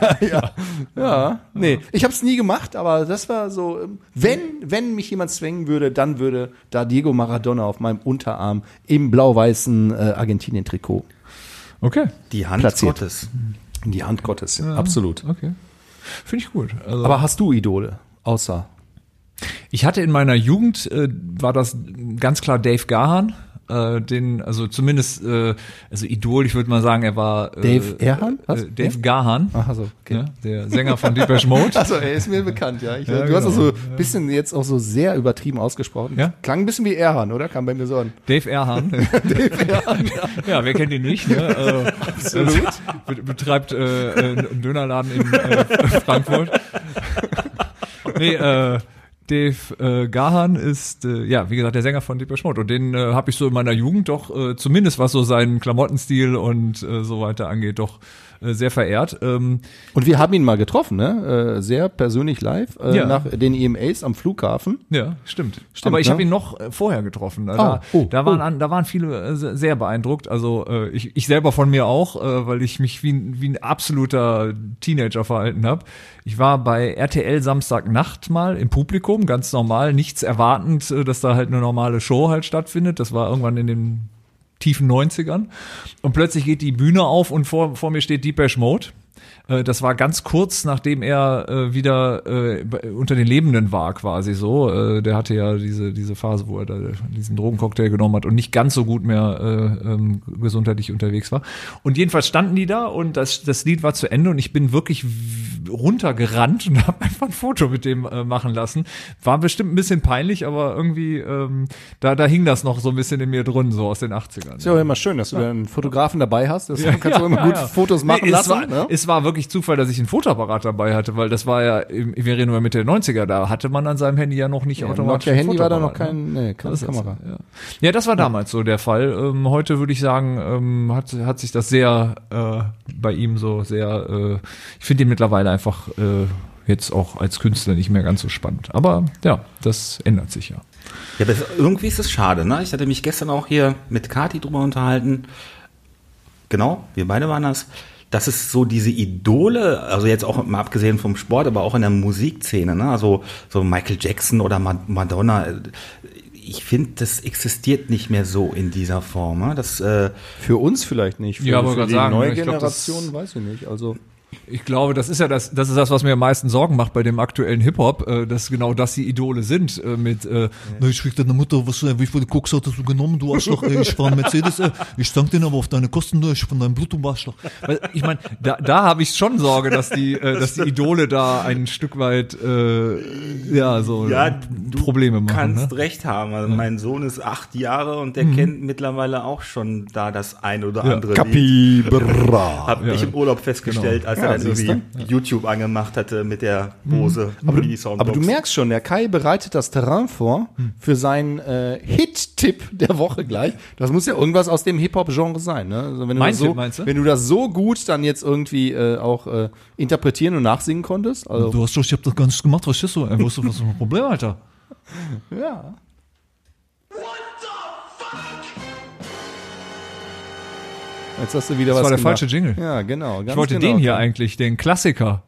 [SPEAKER 2] Ja, nee, ich habe es nie gemacht, aber das war so, ähm, wenn wenn mich jemand zwängen würde, dann würde da Diego Maradona auf meinem Unterarm im blau-weißen äh, Argentinien-Trikot
[SPEAKER 1] Okay.
[SPEAKER 3] Die Hand
[SPEAKER 2] Platziert.
[SPEAKER 3] Gottes.
[SPEAKER 2] in die Hand Gottes. Absolut.
[SPEAKER 1] Okay. Finde ich gut. Also,
[SPEAKER 2] Aber hast du Idole außer?
[SPEAKER 1] ich hatte in meiner Jugend, äh, war das ganz klar Dave Gahan. Äh, den, also zumindest, äh, also Idol, ich würde mal sagen, er war äh,
[SPEAKER 2] Dave Erhan? Was?
[SPEAKER 1] Äh, Dave Gahan.
[SPEAKER 2] Ach so, okay.
[SPEAKER 1] Ja, der Sänger von Depeche Mode.
[SPEAKER 2] Also er ist mir bekannt, ja. Ich,
[SPEAKER 1] Ja,
[SPEAKER 2] du hast das
[SPEAKER 1] genau.
[SPEAKER 2] so ein bisschen jetzt auch so sehr übertrieben ausgesprochen.
[SPEAKER 1] Ja.
[SPEAKER 2] Klang ein bisschen wie Erhan, oder? Kam bei mir so an.
[SPEAKER 1] Dave Erhan. Dave Erhan. ja, wer kennt ihn nicht? Ne? Äh, Absolut. Be betreibt äh, äh, einen Dönerladen in äh, Frankfurt. nee, äh, Dave äh, Gahan ist, äh, ja, wie gesagt, der Sänger von Deeper Mode. Und den äh, habe ich so in meiner Jugend doch, äh, zumindest was so seinen Klamottenstil und äh, so weiter angeht, doch äh, sehr verehrt. Ähm,
[SPEAKER 2] Und wir haben ihn mal getroffen, ne? Äh, sehr persönlich live äh,
[SPEAKER 1] Ja.
[SPEAKER 2] nach den EMAs am Flughafen.
[SPEAKER 1] Ja, stimmt.
[SPEAKER 2] Stimmt,
[SPEAKER 1] Aber ich
[SPEAKER 2] ne?
[SPEAKER 1] habe ihn noch äh, vorher getroffen. Da,
[SPEAKER 2] Ah, oh,
[SPEAKER 1] da, waren,
[SPEAKER 2] oh.
[SPEAKER 1] an, da waren viele äh, se- sehr beeindruckt. Also äh, ich, ich selber von mir auch, äh, weil ich mich wie, ein- wie ein absoluter Teenager verhalten habe. Ich war bei RTL Samstagnacht mal im Publikum, ganz normal, nichts erwartend, äh, dass da halt eine normale Show halt stattfindet. Das war irgendwann in den tiefen 90ern. Und plötzlich geht die Bühne auf und vor, vor mir steht Deepesh Mode. Äh, Das war ganz kurz, nachdem er äh, wieder äh, bei- unter den Lebenden war, quasi so. Äh, Der hatte ja diese, diese Phase, wo er da diesen Drogencocktail genommen hat und nicht ganz so gut mehr äh, ähm, gesundheitlich unterwegs war. Und jedenfalls standen die da und das, das Lied war zu Ende und ich bin wirklich w- runtergerannt und habe einfach ein Foto mit dem äh, machen lassen. War bestimmt ein bisschen peinlich, aber irgendwie, ähm, da, da hing das noch so ein bisschen in mir drin, so aus den 80ern.
[SPEAKER 2] Ist ja auch immer schön, dass du ja. einen Fotografen dabei hast. Deshalb kannst du immer gut Fotos machen
[SPEAKER 1] Nee,
[SPEAKER 2] lassen.
[SPEAKER 1] Es war,
[SPEAKER 2] ne?
[SPEAKER 1] es war wirklich Zufall, dass ich einen Fotoapparat dabei hatte, weil das war ja, im- wir reden über Mitte der 90er, da hatte man an seinem Handy ja noch nicht automatisch. ein
[SPEAKER 2] Nokia-Handy war da noch
[SPEAKER 1] Fotoapparat, ne?
[SPEAKER 2] kein, nee, keine
[SPEAKER 1] Das ist-
[SPEAKER 2] Kamera.
[SPEAKER 1] Ja. ja, das war damals so der Fall. Ähm, heute würde ich sagen, ähm, hat, hat sich das sehr äh, bei ihm so sehr. Äh, ich finde ihn mittlerweile einfach äh, jetzt auch als Künstler nicht mehr ganz so spannend. Aber ja, das ändert sich ja.
[SPEAKER 3] Ja, aber es- irgendwie ist es schade, ne? Ich hatte mich gestern auch hier mit Kati drüber unterhalten. Genau, wir beide waren das. Das ist so diese Idole, also jetzt auch mal abgesehen vom Sport, aber auch in der Musikszene, ne? Also so Michael Jackson oder Ma- Madonna. Ich finde, das existiert nicht mehr so in dieser Form. Ne? Das, äh,
[SPEAKER 2] Für uns vielleicht nicht. Für,
[SPEAKER 1] Ja, wollte
[SPEAKER 2] für
[SPEAKER 1] grad
[SPEAKER 2] die
[SPEAKER 1] sagen,
[SPEAKER 2] neue
[SPEAKER 1] ich glaub, das-
[SPEAKER 2] Generation weiß ich nicht. Also
[SPEAKER 1] Ich glaube, das ist ja das, das ist das, was mir am meisten Sorgen macht bei dem aktuellen Hip-Hop, äh, dass genau das die Idole sind. Äh, mit, äh,
[SPEAKER 7] Na, ich schrieb deine Mutter, was äh, wie viel Koks hattest du genommen, du Arschloch? Äh, Ich war ein Mercedes, äh, ich danke dir aber auf deine Kosten, du, ich bin dein Blut und Arschloch.
[SPEAKER 1] weil ich meine, da, da habe ich schon Sorge, dass die, äh, dass die Idole da ein Stück weit äh, ja, so
[SPEAKER 3] du
[SPEAKER 1] Probleme machen.
[SPEAKER 3] kannst
[SPEAKER 1] ne? Mhm.
[SPEAKER 3] recht haben. Also Mein Sohn ist acht Jahre und der kennt mittlerweile auch schon da das ein oder andere Lied.
[SPEAKER 2] Capybara.
[SPEAKER 3] Hab ich im Urlaub festgestellt, als er dann irgendwie YouTube angemacht hatte mit der Hose. Mhm. Aber du,
[SPEAKER 2] Aber du merkst schon, der Kai bereitet das Terrain vor für seinen äh, Hit-Tipp der Woche gleich. Das muss ja irgendwas aus dem Hip-Hop-Genre sein. Ne? Also wenn du
[SPEAKER 1] Mein
[SPEAKER 2] das so,
[SPEAKER 1] Tipp, meinst du?
[SPEAKER 2] Wenn du das so gut dann jetzt irgendwie äh, auch äh, interpretieren und nachsingen konntest. Also,
[SPEAKER 7] Du hast doch, ich hab das gar nicht gemacht, was ist so? Ey, wo ist das, was ist mein Problem, Alter?
[SPEAKER 2] ja. Jetzt hast du wieder
[SPEAKER 1] Das
[SPEAKER 2] was
[SPEAKER 1] war der
[SPEAKER 2] gemacht.
[SPEAKER 1] falsche Jingle.
[SPEAKER 2] Ja, genau. Ganz
[SPEAKER 1] Ich wollte
[SPEAKER 2] genau.
[SPEAKER 1] den hier eigentlich, den Klassiker.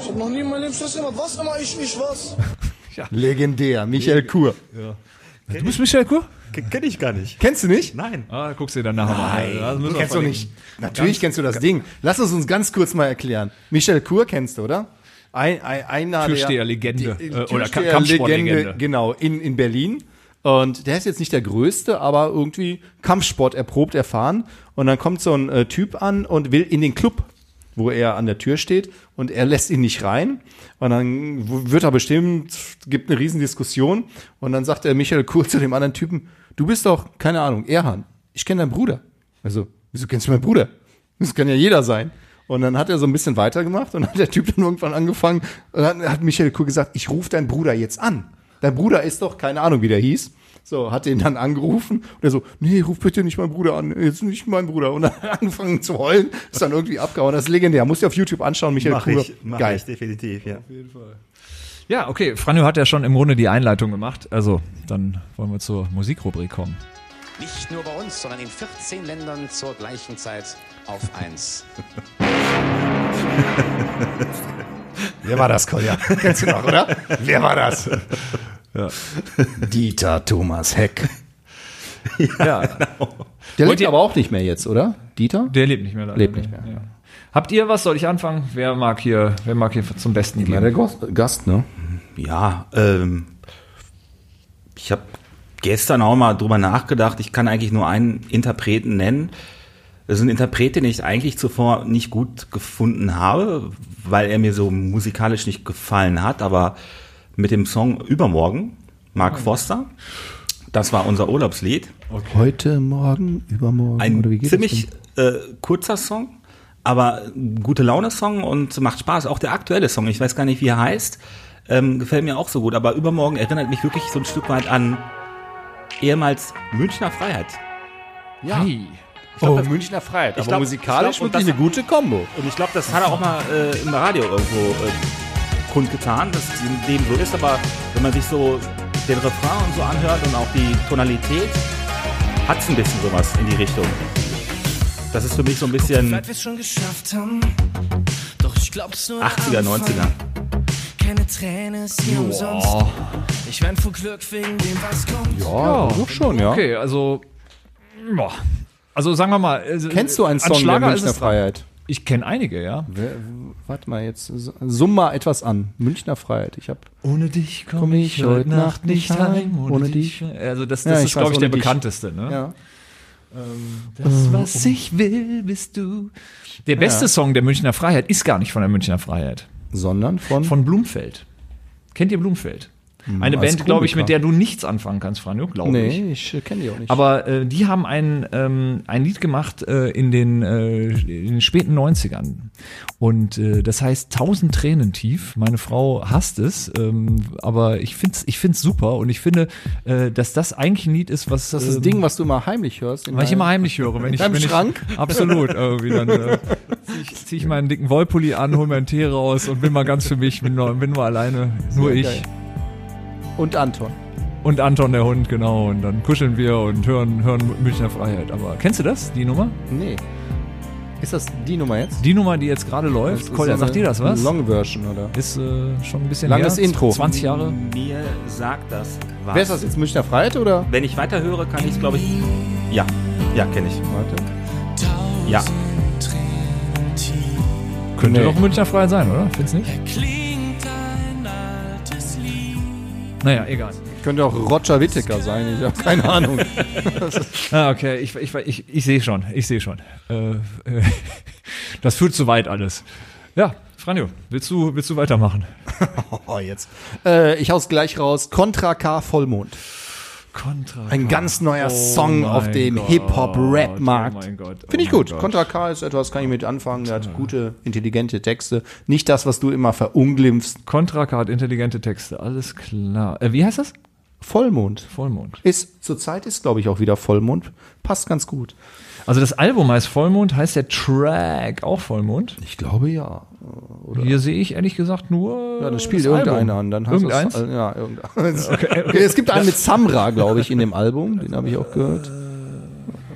[SPEAKER 8] Ich hab noch nie in meinem Leben Stress gemacht. Was immer ich, ich was?
[SPEAKER 2] Legendär, Michael Kur. Äh,
[SPEAKER 1] Du bist Michael Kur?
[SPEAKER 3] Kenne ich gar nicht.
[SPEAKER 2] Kennst du nicht?
[SPEAKER 3] Nein.
[SPEAKER 1] Ah, guckst dir dann nachher mal an. Das müssen wir
[SPEAKER 2] Kennst du
[SPEAKER 1] verlinken.
[SPEAKER 2] nicht. Natürlich kennst du das Ding. Lass es uns ganz kurz mal erklären. Michel Kur kennst du, oder? Ein, ein, einer der-
[SPEAKER 1] Türsteher-Legende.
[SPEAKER 2] die-
[SPEAKER 1] Äh, oder Ka-
[SPEAKER 2] Türsteher-Legende,
[SPEAKER 1] Kampfsportlegende.
[SPEAKER 2] Genau, in, in Berlin. Und der ist jetzt nicht der Größte, aber irgendwie Kampfsport erprobt, erfahren. Und dann kommt so ein äh, Typ an und will in den Club, wo er an der Tür steht. Und er lässt ihn nicht rein. Und dann w- wird er bestimmt, gibt eine Riesendiskussion. Und dann sagt er Michael Kur zu dem anderen Typen, du bist doch, keine Ahnung, Erhan, ich kenne deinen Bruder. Also, wieso kennst du meinen Bruder? Das kann ja jeder sein. Und dann hat er so ein bisschen weitergemacht und hat der Typ dann irgendwann angefangen und dann hat Michael Kur gesagt, ich rufe deinen Bruder jetzt an. Dein Bruder ist doch, keine Ahnung, wie der hieß. So, hat ihn dann angerufen und er so, nee, ruf bitte nicht meinen Bruder an, jetzt nicht meinen Bruder. Und dann hat er angefangen zu heulen, ist dann irgendwie abgehauen. Das ist legendär, musst du auf YouTube anschauen, Michael
[SPEAKER 3] Mach
[SPEAKER 2] Kur.
[SPEAKER 3] ich, mach
[SPEAKER 2] Geil.
[SPEAKER 3] ich definitiv, ja.
[SPEAKER 1] Ja, okay. Franjo hat ja schon im Grunde die Einleitung gemacht. Also, dann wollen wir zur Musikrubrik kommen.
[SPEAKER 9] Nicht nur bei uns, sondern in 14 Ländern zur gleichen Zeit auf 1.
[SPEAKER 2] Wer war das, Kolja? Kennst du noch, oder? Wer war das? Dieter Thomas Heck.
[SPEAKER 1] Ja,
[SPEAKER 2] Genau. Der
[SPEAKER 1] Wollt
[SPEAKER 2] lebt
[SPEAKER 1] ihr-
[SPEAKER 2] aber auch nicht mehr jetzt, oder? Dieter?
[SPEAKER 1] der lebt nicht mehr leider. ne?
[SPEAKER 2] Lebt nicht mehr.
[SPEAKER 1] Ja. Habt ihr was? Soll ich anfangen? Wer mag hier, wer mag hier zum Besten gehen?
[SPEAKER 2] Gast, Gast, ne?
[SPEAKER 3] Ja, ähm, ich habe gestern auch mal drüber nachgedacht. Ich kann eigentlich nur einen Interpreten nennen. Das ist ein Interpret, den ich eigentlich zuvor nicht gut gefunden habe, weil er mir so musikalisch nicht gefallen hat. Aber mit dem Song Übermorgen, Mark Foster, das war unser Urlaubslied.
[SPEAKER 2] Heute, morgen, übermorgen
[SPEAKER 3] Ein
[SPEAKER 2] oder wie geht
[SPEAKER 3] ziemlich
[SPEAKER 2] das
[SPEAKER 3] äh, kurzer Song, aber ein gute Laune Song und macht Spaß. Auch der aktuelle Song, ich weiß gar nicht, wie er heißt, ähm, gefällt mir auch so gut. Aber übermorgen erinnert mich wirklich so ein Stück weit an ehemals Münchner Freiheit.
[SPEAKER 2] denn? Ja. oh, Münchner Freiheit.
[SPEAKER 3] ich glaub- ich glaub, und das-
[SPEAKER 2] gute Combo.
[SPEAKER 3] Und ich glaube, das hat er auch mal äh, im Radio irgendwo äh, kundgetan, dass es in dem so ist. Aber wenn man sich so den Refrain und so anhört und auch die Tonalität, hat es ein bisschen sowas in die Richtung. Das ist für mich so ein bisschen
[SPEAKER 8] Seit wir's schon geschafft haben. Doch ich glaub's nur.
[SPEAKER 3] 80er, 90er.
[SPEAKER 8] Keine Träne ist hier umsonst. Ich renn vor Glück wegen dem, was kommt.
[SPEAKER 2] Ja, doch schon, ja.
[SPEAKER 1] Okay, also. Boah. Also sagen wir mal. Also,
[SPEAKER 2] Kennst du einen
[SPEAKER 1] an
[SPEAKER 2] Song der
[SPEAKER 1] Schlager ist
[SPEAKER 2] Münchner
[SPEAKER 1] es dran.
[SPEAKER 2] Freiheit?
[SPEAKER 1] Ich kenne einige, ja.
[SPEAKER 2] Wer- Warte mal, jetzt s- summ mal etwas an. Münchner Freiheit. Ich habe
[SPEAKER 1] Ohne dich komme
[SPEAKER 2] Komm ich heute Nacht nicht heim.
[SPEAKER 1] Ohne,
[SPEAKER 2] Ohne
[SPEAKER 1] dich.
[SPEAKER 2] dich.
[SPEAKER 1] Also das,
[SPEAKER 2] Ja,
[SPEAKER 1] das
[SPEAKER 2] ich
[SPEAKER 1] ist, glaube
[SPEAKER 2] weiß,
[SPEAKER 1] ich, der
[SPEAKER 2] ohne dich.
[SPEAKER 1] bekannteste. Ne?
[SPEAKER 2] ja.
[SPEAKER 1] Das, was ich will, bist du. Der beste Song der Münchner Freiheit ist gar nicht von der Münchner Freiheit.
[SPEAKER 2] sondern von, Hm,
[SPEAKER 1] Von Blumfeld. Kennt ihr Blumfeld? Eine
[SPEAKER 2] als
[SPEAKER 1] Band, glaube ich, mit
[SPEAKER 2] Komiker.
[SPEAKER 1] der du nichts anfangen kannst, Franjo, glaube ich.
[SPEAKER 2] nee, ich kenne die auch nicht.
[SPEAKER 1] Aber äh, die haben ein, ähm, ein Lied gemacht äh, in, den, äh, in den späten 90ern. Und äh, das heißt Tausend Tränen tief. Meine Frau hasst es, ähm, aber ich find's ich find's super und ich finde, äh, dass das eigentlich ein Lied ist, was.
[SPEAKER 2] das ist das
[SPEAKER 1] ähm,
[SPEAKER 2] Ding, was du immer heimlich hörst. in
[SPEAKER 1] weil ich immer
[SPEAKER 2] deinem-
[SPEAKER 1] heimlich höre, wenn ich
[SPEAKER 2] deinem
[SPEAKER 1] wenn
[SPEAKER 2] Schrank?
[SPEAKER 1] Ich, absolut irgendwie dann äh, zieh ich, zieh ich meinen dicken Wollpulli an, hol mir einen Tee raus und bin mal ganz für mich, bin nur, bin nur alleine, nur ich
[SPEAKER 2] geil. Und Anton.
[SPEAKER 1] und Anton der Hund genau und dann kuscheln wir und hören hören Münchner Freiheit. Aber kennst du das? Die Nummer?
[SPEAKER 2] Nee. Ist das die Nummer jetzt?
[SPEAKER 1] Die Nummer, die jetzt gerade
[SPEAKER 2] Das
[SPEAKER 1] läuft,
[SPEAKER 2] ist
[SPEAKER 1] Kolja,
[SPEAKER 2] so
[SPEAKER 1] sagt
[SPEAKER 2] eine
[SPEAKER 1] dir das was?
[SPEAKER 2] Long Version, oder?
[SPEAKER 1] Ist äh, schon ein bisschen
[SPEAKER 2] Langes
[SPEAKER 1] her,
[SPEAKER 2] Intro.
[SPEAKER 1] 20 Jahre.
[SPEAKER 3] Mir sagt das was.
[SPEAKER 2] Wer ist das jetzt? Münchner Freiheit oder?
[SPEAKER 3] Wenn ich weiterhöre, kann ich es, glaube ich. Ja, ja, kenne ich.
[SPEAKER 2] Warte.
[SPEAKER 3] Ja.
[SPEAKER 1] Könnte
[SPEAKER 2] Nee.
[SPEAKER 1] doch Münchner Freiheit sein, oder? Findest nicht? Naja, egal.
[SPEAKER 2] Könnte auch Roger Whittaker sein, ich habe keine Ahnung.
[SPEAKER 1] Ah, okay, ich, ich, ich, ich sehe schon, ich sehe schon. Äh, äh, das führt zu weit alles. Ja, Franjo, willst du, willst du weitermachen?
[SPEAKER 2] Oh, jetzt. Äh, ich hau's gleich raus. Contra K Vollmond.
[SPEAKER 1] Kontra.
[SPEAKER 2] Ein ganz neuer Song auf dem
[SPEAKER 1] Oh
[SPEAKER 2] Hip-Hop-Rap-Markt.
[SPEAKER 1] mein Gott. oh
[SPEAKER 2] Finde ich
[SPEAKER 1] mein
[SPEAKER 2] gut.
[SPEAKER 1] Gott.
[SPEAKER 2] Contra K ist etwas, kann ich mit anfangen. Der hat gute, intelligente Texte. Nicht das, was du immer verunglimpfst.
[SPEAKER 1] Contra K hat intelligente Texte, alles klar. Äh, wie heißt das?
[SPEAKER 2] Vollmond.
[SPEAKER 1] Vollmond.
[SPEAKER 2] Ist, zurzeit ist, glaube ich, auch wieder Vollmond. Passt ganz gut.
[SPEAKER 1] Also das Album heißt Vollmond, heißt der Track auch Vollmond?
[SPEAKER 2] Ich glaube ja.
[SPEAKER 1] Hier sehe ich ehrlich gesagt nur.
[SPEAKER 2] Ja, das spielt
[SPEAKER 1] Äh, Album.
[SPEAKER 2] irgendeiner an. Dann hast
[SPEAKER 1] Irgendeins?
[SPEAKER 2] du's- äh, ja, irgendeins. Es gibt einen mit Samra, glaube ich, in dem Album. Den habe ich auch gehört.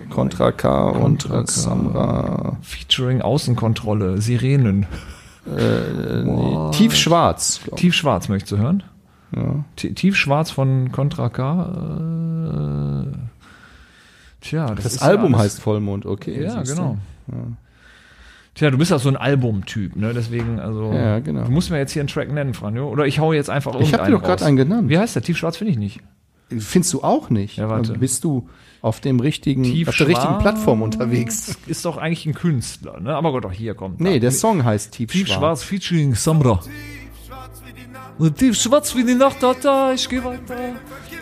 [SPEAKER 2] Contra K und äh, Samra.
[SPEAKER 1] Featuring Außenkontrolle, Sirenen.
[SPEAKER 2] Tiefschwarz. Oh, glaub ich.
[SPEAKER 1] Tiefschwarz möchtest du hören? Ja. Tiefschwarz von Contra K. Äh, tja, das,
[SPEAKER 2] Das
[SPEAKER 1] ist
[SPEAKER 2] Album
[SPEAKER 1] ja alles-
[SPEAKER 2] heißt Vollmond, okay.
[SPEAKER 1] Ja,
[SPEAKER 2] siehst du.
[SPEAKER 1] genau. Tja, du bist ja so ein Albumtyp, ne? Deswegen, also.
[SPEAKER 2] Ja, genau.
[SPEAKER 1] Du musst mir jetzt hier einen Track nennen, Franjo. Oder ich hau jetzt einfach irgendeinen
[SPEAKER 2] Ich habe dir doch
[SPEAKER 1] raus.
[SPEAKER 2] gerade einen genannt.
[SPEAKER 1] Wie heißt der? Tiefschwarz finde ich nicht.
[SPEAKER 2] Findest du auch nicht?
[SPEAKER 1] Ja, warte.
[SPEAKER 2] Bist du auf dem richtigen, auf
[SPEAKER 1] Tiefschwarz.
[SPEAKER 2] der richtigen Plattform unterwegs?
[SPEAKER 1] Ist doch eigentlich ein Künstler, ne? Aber Gott, auch hier kommt.
[SPEAKER 2] Nee, der
[SPEAKER 1] Song.
[SPEAKER 2] Song heißt Tiefschwarz.
[SPEAKER 1] Tiefschwarz featuring Samra. Und tiefschwarz wie die Nacht, da, da, ich geh weiter,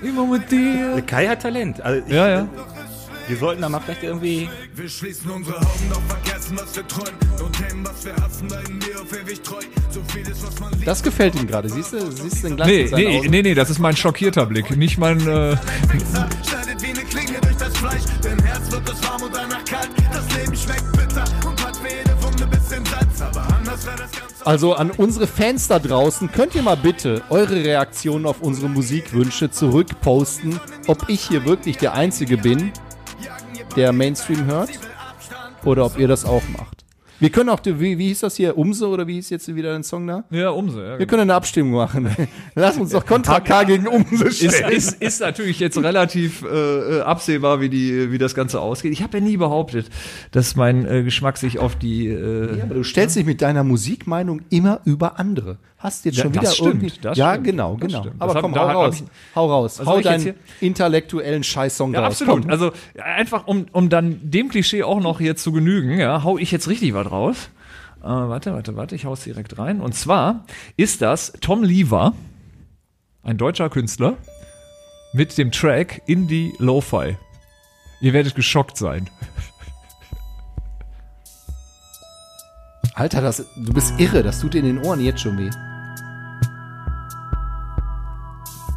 [SPEAKER 1] immer mit dir.
[SPEAKER 3] Kai hat Talent. Also ich,
[SPEAKER 1] Ja, ja.
[SPEAKER 3] Wir sollten da mal vielleicht irgendwie.
[SPEAKER 10] Wir schließen unsere Augen, doch vergessen, was wir träumen. Und dem, was wir hassen, bleiben wir auf ewig treu. So vieles, was man liebt.
[SPEAKER 2] Das gefällt ihm gerade. Siehst du, siehst du den Glanz in
[SPEAKER 1] Nee,
[SPEAKER 2] seinen
[SPEAKER 1] nee,
[SPEAKER 2] Augen?
[SPEAKER 1] nee, nee, das ist mein schockierter Blick, nicht mein, äh,
[SPEAKER 10] Schicksal Schneidet wie eine Klinge durch das Fleisch. Dein Herz wird es warm und danach kalt. Das Leben schmeckt bitter und hat für jede Wunde bisschen Salz. Aber anders wäre das Ganze.
[SPEAKER 2] Also an unsere Fans da draußen, könnt ihr mal bitte eure Reaktionen auf unsere Musikwünsche zurückposten, ob ich hier wirklich der Einzige bin, der Mainstream hört, oder ob ihr das auch macht. Wir können auch, die- wie, wie hieß das hier, Umse oder wie hieß jetzt wieder dein Song da?
[SPEAKER 1] ja, Umse. Ja,
[SPEAKER 2] Wir
[SPEAKER 1] genau.
[SPEAKER 2] können eine Abstimmung machen. Lass uns doch Kontra K gegen
[SPEAKER 1] um
[SPEAKER 2] Umse
[SPEAKER 1] ist,
[SPEAKER 2] stellen.
[SPEAKER 1] ist, ist natürlich jetzt relativ äh, äh, absehbar, wie, die, wie das Ganze ausgeht. Ich habe ja nie behauptet, dass mein äh, Geschmack sich auf die. Äh,
[SPEAKER 2] Aber du stellst dich mit deiner Musikmeinung immer über andere. Hast jetzt
[SPEAKER 1] Ja,
[SPEAKER 2] schon
[SPEAKER 1] das
[SPEAKER 2] wieder
[SPEAKER 1] stimmt,
[SPEAKER 2] irgendwie.
[SPEAKER 1] das
[SPEAKER 2] ja,
[SPEAKER 1] stimmt,
[SPEAKER 2] genau,
[SPEAKER 1] das
[SPEAKER 2] genau.
[SPEAKER 1] stimmt.
[SPEAKER 2] Aber
[SPEAKER 1] Das
[SPEAKER 2] komm,
[SPEAKER 1] hab-
[SPEAKER 2] hau
[SPEAKER 1] da hab
[SPEAKER 2] raus. Hau raus.
[SPEAKER 1] Was
[SPEAKER 2] Hau
[SPEAKER 1] soll ich jetzt
[SPEAKER 2] deinen intellektuellen Scheißsong
[SPEAKER 1] Ja,
[SPEAKER 2] raus.
[SPEAKER 1] absolut.
[SPEAKER 2] Komm.
[SPEAKER 1] Also einfach, um, um dann dem Klischee auch noch hier zu genügen, ja, hau ich jetzt richtig was drauf. Äh, warte, warte, warte, ich hau's direkt rein. Und zwar ist das Tom Lever, ein deutscher Künstler, mit dem Track Indie Lo-Fi. Ihr werdet geschockt sein.
[SPEAKER 2] Alter, das, du bist irre. Das tut dir in den Ohren jetzt schon weh.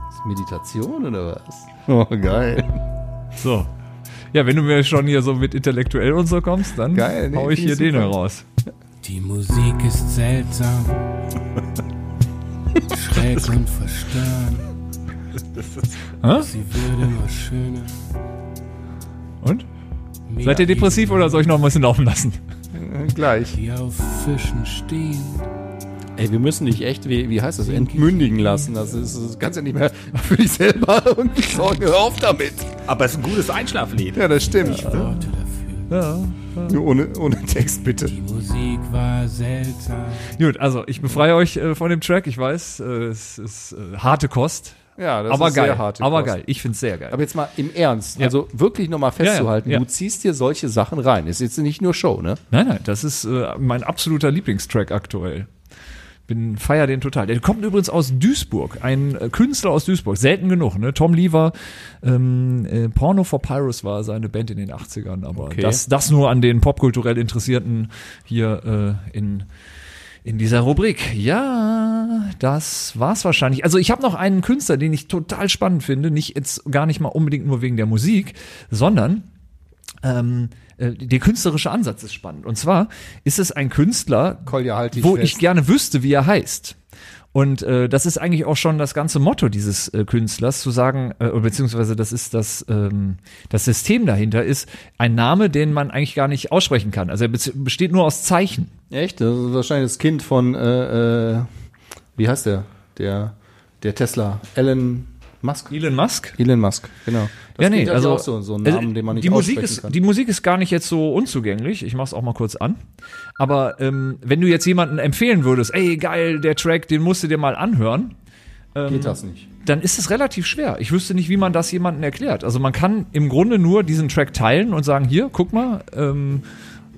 [SPEAKER 2] Ist Meditation oder was? Oh, geil.
[SPEAKER 1] So. Ja, wenn du mir schon hier so mit intellektuell und so kommst, dann
[SPEAKER 2] Geil, nee,
[SPEAKER 1] hau ich
[SPEAKER 2] find
[SPEAKER 1] hier
[SPEAKER 2] ich
[SPEAKER 1] den
[SPEAKER 2] super.
[SPEAKER 1] heraus.
[SPEAKER 10] Die Musik ist seltsam. Schräg und verstörend.
[SPEAKER 1] Hä?
[SPEAKER 10] Sie würde immer schöner.
[SPEAKER 1] Und? Seid ihr depressiv oder soll ich noch ein bisschen laufen lassen?
[SPEAKER 2] Gleich.
[SPEAKER 10] Die auf Fischen stehen.
[SPEAKER 2] Ey, wir müssen dich echt, wie, wie heißt das, entmündigen lassen. Das, ist, das kannst ja nicht mehr für dich selber irgendwie sorgen. Hör auf damit.
[SPEAKER 3] Aber es ist ein gutes Einschlaflied.
[SPEAKER 2] Ja, das stimmt.
[SPEAKER 10] Worte dafür.
[SPEAKER 11] Ja.
[SPEAKER 2] Nur ohne, ohne Text, bitte.
[SPEAKER 6] Musik war seltsam.
[SPEAKER 11] Gut, also ich befreie euch äh, von dem Track. Ich weiß, äh, es ist äh, harte Kost.
[SPEAKER 2] Ja, das
[SPEAKER 11] aber
[SPEAKER 2] ist
[SPEAKER 11] geil.
[SPEAKER 2] sehr harte
[SPEAKER 11] aber
[SPEAKER 2] Kost.
[SPEAKER 11] geil. Ich find's sehr geil.
[SPEAKER 2] Aber jetzt mal im Ernst, also wirklich nochmal festzuhalten,
[SPEAKER 11] Ja, ja, ja.
[SPEAKER 2] du ziehst dir solche Sachen rein. Ist jetzt nicht nur Show, ne?
[SPEAKER 11] nein, nein, das ist äh, mein absoluter Lieblingstrack aktuell. Bin feier den total. Der kommt übrigens aus Duisburg, ein äh, Künstler aus Duisburg, selten genug. Ne? Tom Lever, ähm, äh, Porno for Pirates war seine Band in den 80ern, aber das, das nur an den popkulturell Interessierten hier äh, in In dieser Rubrik. Ja, das war's wahrscheinlich. Also ich habe noch einen Künstler, den ich total spannend finde, nicht jetzt gar nicht mal unbedingt nur wegen der Musik, sondern ähm, äh, der künstlerische Ansatz ist spannend. Und zwar ist es ein Künstler,
[SPEAKER 2] Kolja, halt dich
[SPEAKER 11] wo
[SPEAKER 2] fest.
[SPEAKER 11] ich gerne wüsste, wie er heißt. Und äh, das ist eigentlich auch schon das ganze Motto dieses äh, Künstlers, zu sagen, äh, beziehungsweise das ist das, ähm, das System dahinter ist ein Name, den man eigentlich gar nicht aussprechen kann. Also er bez- besteht nur aus Zeichen.
[SPEAKER 2] Echt? Das ist wahrscheinlich das Kind von, äh, äh, wie heißt der? Der, der Tesla. Elon Musk.
[SPEAKER 11] Elon Musk
[SPEAKER 2] Elon Musk, genau. Das
[SPEAKER 11] ja, nee,
[SPEAKER 2] Kind hat
[SPEAKER 11] also,
[SPEAKER 2] auch so, so einen Namen,
[SPEAKER 11] also,
[SPEAKER 2] den man nicht
[SPEAKER 11] die Musik
[SPEAKER 2] aussprechen
[SPEAKER 11] ist,
[SPEAKER 2] kann.
[SPEAKER 11] Die Musik ist gar nicht jetzt so unzugänglich. Ich mach's auch mal kurz an. Aber ähm, wenn du jetzt jemanden empfehlen würdest, ey, geil, der Track, den musst du dir mal anhören,
[SPEAKER 2] Geht das nicht.
[SPEAKER 11] dann ist es relativ schwer. Ich wüsste nicht, wie man das jemandem erklärt. Also man kann im Grunde nur diesen Track teilen und sagen, hier, guck mal, ähm,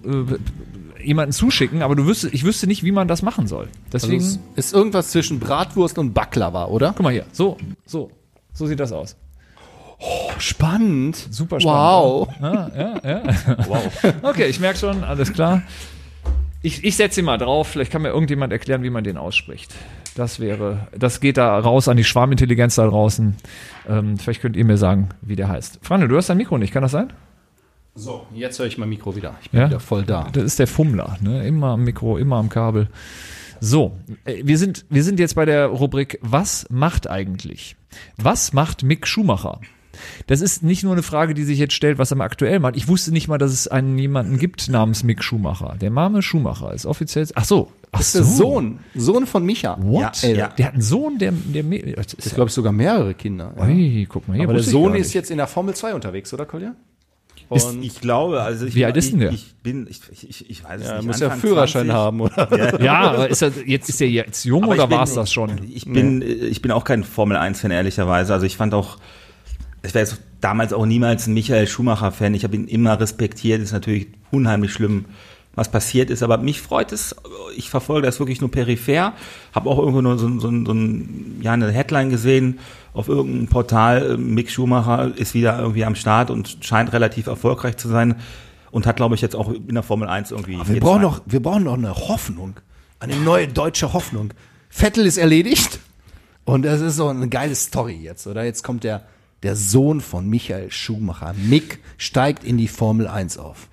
[SPEAKER 11] äh, jemanden zuschicken, aber du wüsste, ich wüsste nicht, wie man das machen soll. Deswegen,
[SPEAKER 2] Also es ist irgendwas zwischen Bratwurst und Baklava, oder?
[SPEAKER 11] guck mal hier, so, so, so sieht das aus.
[SPEAKER 2] Spannend.
[SPEAKER 11] Super
[SPEAKER 2] Wow.
[SPEAKER 11] Okay, ich merke schon, alles klar. Ich, ich setze ihn mal drauf, vielleicht kann mir irgendjemand erklären, wie man den ausspricht. Das wäre, das geht da raus an die Schwarmintelligenz da draußen. Ähm, vielleicht könnt ihr mir sagen, wie der heißt. Franjo, du hast dein Mikro nicht, kann das sein?
[SPEAKER 2] So, jetzt höre ich mein Mikro wieder. Ich bin
[SPEAKER 11] Ja?
[SPEAKER 2] wieder voll da.
[SPEAKER 11] Das ist der Fummler, ne? Immer am Mikro, immer am Kabel. So, äh, wir sind, wir sind jetzt bei der Rubrik Was macht eigentlich? Was macht Mick Schumacher? Das ist nicht nur eine Frage, die sich jetzt stellt, was er mal aktuell macht. Ich wusste nicht mal, dass es einen jemanden gibt namens Mick Schumacher. Der Name Schumacher ist offiziell. Ach so, ach
[SPEAKER 2] Das ist der Sohn. äh, Sohn von Micha.
[SPEAKER 11] What?
[SPEAKER 3] Ja, ja.
[SPEAKER 11] Der hat einen Sohn, der, der, Me- das
[SPEAKER 2] Das
[SPEAKER 11] ist ja,
[SPEAKER 2] glaube ich sogar mehrere Kinder. Ja.
[SPEAKER 11] ey, guck mal hier.
[SPEAKER 2] Aber der
[SPEAKER 11] wusste ich
[SPEAKER 2] Sohn
[SPEAKER 11] gar
[SPEAKER 2] ist
[SPEAKER 11] nicht.
[SPEAKER 2] jetzt in der Formel 2 unterwegs, oder Kolja?
[SPEAKER 3] Ist, ich glaube, also ich,
[SPEAKER 11] Wie alt ist
[SPEAKER 3] ich,
[SPEAKER 11] denn der?
[SPEAKER 3] Ich bin, ich, ich- ich, ich weiß es
[SPEAKER 2] Er
[SPEAKER 3] nicht.
[SPEAKER 2] muss ja
[SPEAKER 3] Anfang
[SPEAKER 2] Führerschein
[SPEAKER 3] 20.
[SPEAKER 2] haben, oder?
[SPEAKER 11] Ja, aber ist er, jetzt ist er jetzt jung
[SPEAKER 3] Aber
[SPEAKER 11] oder
[SPEAKER 3] ich bin-
[SPEAKER 11] war es das schon?
[SPEAKER 3] Ich bin, äh, ich bin auch kein Formel 1-Fan, ehrlicherweise. Also ich fand auch, ich war jetzt damals auch niemals ein Michael Schumacher-Fan. Ich habe ihn immer respektiert. Ist natürlich unheimlich schlimm, was passiert ist. Aber mich freut es. äh, Ich verfolge das wirklich nur peripher. Habe auch irgendwo nur so, ein- so, ein- so ein, ja, eine Headline gesehen auf irgendeinem Portal. äh, Mick Schumacher ist wieder irgendwie am Start und scheint relativ erfolgreich zu sein. Und hat, glaube ich, jetzt auch in der Formel 1 irgendwie.
[SPEAKER 2] Wir
[SPEAKER 3] jetzt
[SPEAKER 2] brauchen,
[SPEAKER 3] mal-
[SPEAKER 2] noch, wir brauchen noch eine Hoffnung. Eine neue deutsche Hoffnung. Vettel ist erledigt. Und das ist so eine geile Story jetzt, oder? Jetzt kommt der, der Sohn von Michael Schumacher. Mick steigt in die Formel 1 auf.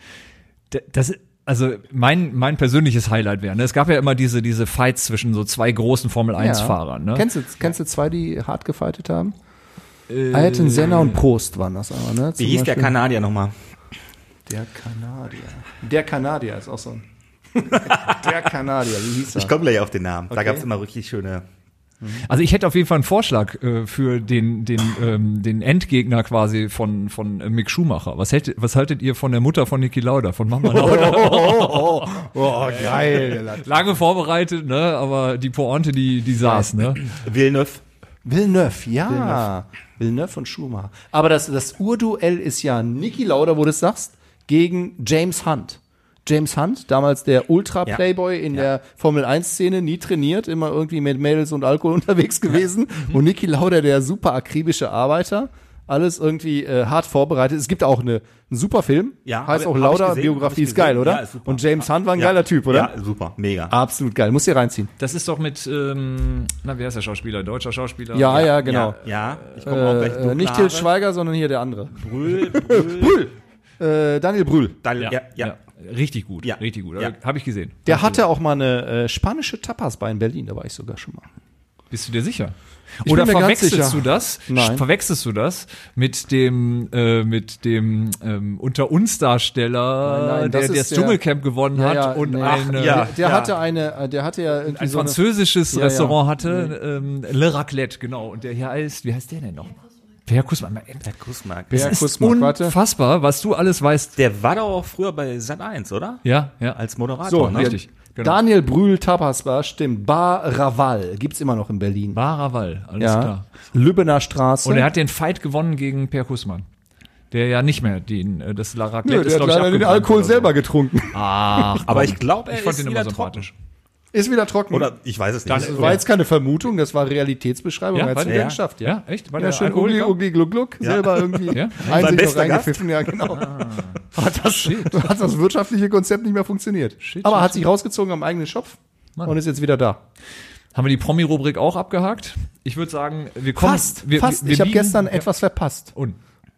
[SPEAKER 11] D- das also mein mein persönliches Highlight wäre, ne? es gab ja immer diese diese Fights zwischen so zwei großen Formel 1 Fahrern, ne?
[SPEAKER 2] Kennst, du, kennst du zwei, die hart gefightet haben? Ayrton Senna und Prost waren das aber, ne?
[SPEAKER 3] Äh, Wie hieß der Kanadier nochmal?
[SPEAKER 2] Der Kanadier. Der Kanadier ist auch so ein. der Kanadier, wie hieß er?
[SPEAKER 3] Ich komme gleich auf den Namen. Da gab es immer richtig schöne.
[SPEAKER 11] Also ich hätte auf jeden Fall einen Vorschlag äh, für den den ähm, den Endgegner quasi von von äh, Mick Schumacher. Was hält, was haltet ihr von der Mutter von Niki Lauda, von Mama Lauda?
[SPEAKER 2] oh, geil.
[SPEAKER 11] Lange vorbereitet, ne, aber die Pointe, die die saß, ne?
[SPEAKER 3] Villeneuve.
[SPEAKER 2] Villeneuve, ja. Villeneuve. und Schumacher. Aber das, das Urduell ist ja Niki Lauda, wo du es sagst, gegen James Hunt. James Hunt, damals der Ultra-Playboy in der Formel-1-Szene, nie trainiert, immer irgendwie mit Mädels und Alkohol unterwegs gewesen. Und Niki Lauda, der super akribische Arbeiter, alles irgendwie äh, hart vorbereitet. Es gibt auch eine, einen super Film,
[SPEAKER 3] Ja,
[SPEAKER 2] heißt
[SPEAKER 3] hab-
[SPEAKER 2] auch
[SPEAKER 3] hab ich
[SPEAKER 2] Lauda,
[SPEAKER 3] gesehen, hab
[SPEAKER 2] Biografie
[SPEAKER 3] ich
[SPEAKER 2] ist geil,
[SPEAKER 3] gesehen.
[SPEAKER 2] oder?
[SPEAKER 3] Ja, ist super.
[SPEAKER 2] und James Hunt war ein
[SPEAKER 3] Ja.
[SPEAKER 2] geiler Typ, oder? Ah,
[SPEAKER 3] Ja, super, mega.
[SPEAKER 2] Absolut geil, muss dir reinziehen.
[SPEAKER 11] Das ist doch mit ähm, na, wer ist der Schauspieler? Deutscher Schauspieler.
[SPEAKER 2] Ja, ja, genau.
[SPEAKER 3] Ja, ich komme auch gleich
[SPEAKER 2] Äh,
[SPEAKER 3] dunkle
[SPEAKER 2] nicht
[SPEAKER 3] Haare.
[SPEAKER 2] Til Schweiger, sondern hier der andere.
[SPEAKER 3] Brühl, Brühl.
[SPEAKER 2] Äh, Daniel Brühl.
[SPEAKER 3] Dann, ja, ja,
[SPEAKER 2] Äh,
[SPEAKER 11] ja. richtig gut,
[SPEAKER 3] Ja.
[SPEAKER 11] richtig gut.
[SPEAKER 3] Ja.
[SPEAKER 11] Habe ich gesehen.
[SPEAKER 2] Der hatte auch mal eine äh, spanische Tapas-Bar in Berlin, da war ich sogar schon mal.
[SPEAKER 11] Bist du dir sicher?
[SPEAKER 2] Ich
[SPEAKER 11] Oder
[SPEAKER 2] bin mir ganz sicher.
[SPEAKER 11] verwechselst du das?
[SPEAKER 2] Nein.
[SPEAKER 11] Verwechselst du das mit dem äh, mit dem ähm, unter uns Darsteller,
[SPEAKER 2] Nein, nein, das
[SPEAKER 11] der, der
[SPEAKER 2] ist
[SPEAKER 11] das
[SPEAKER 2] der-
[SPEAKER 11] Dschungelcamp gewonnen hat und äh,
[SPEAKER 2] nee.
[SPEAKER 11] eine,
[SPEAKER 2] der,
[SPEAKER 3] ja,
[SPEAKER 2] der
[SPEAKER 3] ja.
[SPEAKER 2] hatte eine, äh, der hatte ja irgendwie
[SPEAKER 11] ein
[SPEAKER 2] so eine,
[SPEAKER 11] französisches
[SPEAKER 2] Ja, ja.
[SPEAKER 11] Restaurant hatte, ähm, Le Raclette, genau. Und der hier heißt, wie heißt der denn noch? Per Kussmann.
[SPEAKER 3] Herr Kussmark.
[SPEAKER 11] Das
[SPEAKER 2] Per
[SPEAKER 11] ist
[SPEAKER 2] Kussmark, warte.
[SPEAKER 11] unfassbar, was du alles weißt.
[SPEAKER 3] Der war doch auch früher bei Sat 1, oder?
[SPEAKER 11] Ja, ja.
[SPEAKER 3] Als Moderator.
[SPEAKER 2] So,
[SPEAKER 3] ne?
[SPEAKER 2] wir-
[SPEAKER 11] richtig. Genau.
[SPEAKER 2] Daniel Brühl Tapasbar, stimmt. Bar Raval gibt's immer noch in Berlin.
[SPEAKER 11] Barawall, alles
[SPEAKER 2] ja.
[SPEAKER 11] klar.
[SPEAKER 2] Lübbener Straße.
[SPEAKER 11] Und Also, er hat den Fight gewonnen gegen Per Kussmann. Der ja nicht mehr den, äh, das Lara
[SPEAKER 2] Nö, der hat leider den Alkohol selber getrunken.
[SPEAKER 11] Ach,
[SPEAKER 3] Aber ich glaube, er
[SPEAKER 11] ich fand
[SPEAKER 3] ist
[SPEAKER 11] den
[SPEAKER 3] wieder
[SPEAKER 11] immer sympathisch.
[SPEAKER 3] trocken.
[SPEAKER 2] Ist wieder trocken.
[SPEAKER 3] Oder ich weiß es nicht.
[SPEAKER 2] das war jetzt keine Vermutung, das war Realitätsbeschreibung.
[SPEAKER 11] Ja,
[SPEAKER 2] er hat's
[SPEAKER 11] weil-
[SPEAKER 2] wieder
[SPEAKER 3] ja.
[SPEAKER 2] geschafft, ja.
[SPEAKER 11] Ja, echt? War
[SPEAKER 2] Ja,
[SPEAKER 11] der
[SPEAKER 2] schön
[SPEAKER 11] schön
[SPEAKER 2] Ugli,
[SPEAKER 11] Alkoholiker?
[SPEAKER 2] Ugli, Gluck, Gluck. Selber irgendwie.
[SPEAKER 11] Ja.
[SPEAKER 2] Ein sich noch
[SPEAKER 3] bester Gast.
[SPEAKER 2] reingepfiffen, ja, genau.
[SPEAKER 11] Ah.
[SPEAKER 2] Hat, das, hat das wirtschaftliche Konzept nicht mehr funktioniert. Aber hat sich rausgezogen am eigenen Schopf und ist jetzt wieder da.
[SPEAKER 11] Mhm. Haben wir die Promi-Rubrik auch abgehakt? Ich würde sagen, wir kommen.
[SPEAKER 2] Fast,
[SPEAKER 11] wir,
[SPEAKER 2] fast.
[SPEAKER 11] Wir, wir
[SPEAKER 2] ich habe
[SPEAKER 11] biegen-
[SPEAKER 2] gestern etwas verpasst.
[SPEAKER 11] Und,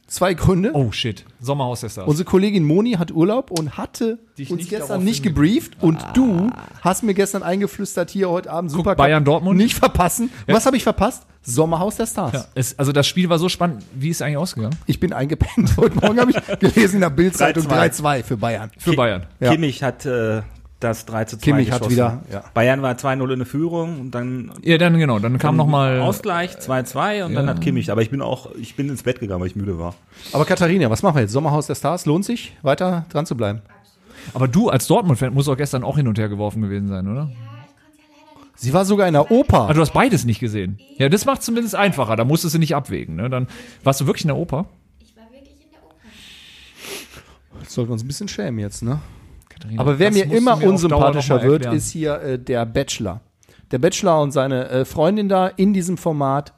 [SPEAKER 2] Zwei Gründe.
[SPEAKER 11] oh shit, Sommerhaus der Stars.
[SPEAKER 2] Unsere Kollegin Moni hat Urlaub und hatte
[SPEAKER 11] Dich
[SPEAKER 2] uns
[SPEAKER 11] nicht Ah.
[SPEAKER 2] gestern
[SPEAKER 11] darauf
[SPEAKER 2] nicht gebrieft. Und du hast mir gestern eingeflüstert, hier heute Abend super
[SPEAKER 11] Bayern Dortmund.
[SPEAKER 2] Nicht verpassen. Was habe ich verpasst? Sommerhaus der Stars.
[SPEAKER 11] Ja, es, also das Spiel war so spannend. Wie ist es eigentlich ausgegangen?
[SPEAKER 2] Ich bin eingepennt. Heute Morgen habe ich gelesen in der Bildzeitung 3-2 für Bayern.
[SPEAKER 11] Für Bayern.
[SPEAKER 2] Ja.
[SPEAKER 3] Kimmich hat äh, das 3 zu 2
[SPEAKER 2] Kimmich hat
[SPEAKER 3] geschossen. ne?
[SPEAKER 2] wieder, ja.
[SPEAKER 3] Bayern war 2-0 in der Führung und dann
[SPEAKER 11] Ja, dann genau. Dann kam
[SPEAKER 2] Äh,
[SPEAKER 11] nochmal.
[SPEAKER 3] Ausgleich 2-2 und dann hat Kimmich. Aber ich bin auch, ich bin ins Bett gegangen, weil ich müde war.
[SPEAKER 2] Aber Katharina, was machen wir jetzt? Sommerhaus der Stars, lohnt sich, weiter dran zu bleiben?
[SPEAKER 11] Aber du als Dortmund-Fan musst auch gestern auch hin und her geworfen gewesen sein, oder?
[SPEAKER 2] Sie war sogar in der Oper.
[SPEAKER 11] Ah, du hast beides nicht gesehen. Ja, das macht zumindest einfacher. Da musstest du nicht abwägen. Ne? Dann warst du wirklich in der Oper.
[SPEAKER 2] Jetzt sollten wir uns ein bisschen schämen jetzt, ne?
[SPEAKER 11] Katharina,
[SPEAKER 2] Aber wer
[SPEAKER 11] das
[SPEAKER 2] mir
[SPEAKER 11] musst du
[SPEAKER 2] immer
[SPEAKER 11] auf Dauer
[SPEAKER 2] unsympathischer
[SPEAKER 11] noch mal
[SPEAKER 2] wird,
[SPEAKER 11] erklären.
[SPEAKER 2] ist hier äh, der Bachelor. Der Bachelor und seine äh, Freundin da in diesem Format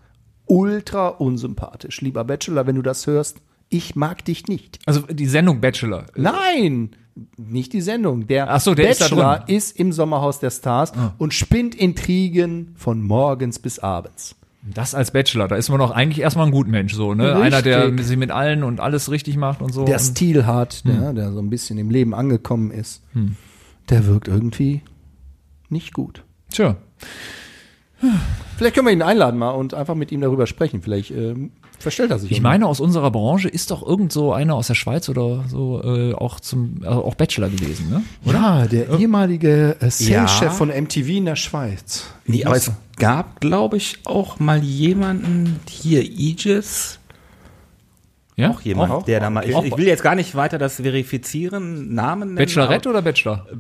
[SPEAKER 2] ultra unsympathisch. Lieber Bachelor, wenn du das hörst, ich mag dich nicht.
[SPEAKER 11] Also die Sendung Bachelor.
[SPEAKER 2] Nein, nicht die Sendung. Der,
[SPEAKER 11] Ach so, der ist da
[SPEAKER 2] Bachelor
[SPEAKER 11] drin. Ah.
[SPEAKER 2] ist, im Sommerhaus der Stars und spinnt Intrigen von morgens bis abends.
[SPEAKER 11] Das als Bachelor, da ist man doch eigentlich erstmal ein Gutmensch. So, ne?
[SPEAKER 2] Richtig.
[SPEAKER 11] Einer, der sich mit allen und alles richtig macht und so.
[SPEAKER 3] Hm.
[SPEAKER 2] der
[SPEAKER 11] und
[SPEAKER 2] Stil hat, ne, der so ein bisschen im Leben angekommen ist,
[SPEAKER 3] Hm.
[SPEAKER 2] der wirkt irgendwie nicht gut.
[SPEAKER 11] Tja.
[SPEAKER 2] Vielleicht können wir ihn einladen mal und einfach mit ihm darüber sprechen. Vielleicht ähm, verstellt er sich.
[SPEAKER 11] Ich
[SPEAKER 2] auch
[SPEAKER 11] meine, aus unserer Branche ist doch irgend so einer aus der Schweiz oder so äh, auch zum also auch Bachelor gewesen, ne?
[SPEAKER 2] mal. ja, Ah, der ehemalige äh, Sales-Chef von MTV in der Schweiz.
[SPEAKER 3] Nee, aber es gab, glaube ich, auch mal jemanden hier, Aegis.
[SPEAKER 11] Ja?
[SPEAKER 3] Auch jemand,
[SPEAKER 2] Auch?
[SPEAKER 3] der da mal.
[SPEAKER 11] Okay.
[SPEAKER 3] Ich, ich will jetzt gar nicht weiter das verifizieren, Namen nennen.
[SPEAKER 11] Bachelorette oder Bachelor?
[SPEAKER 2] Äh,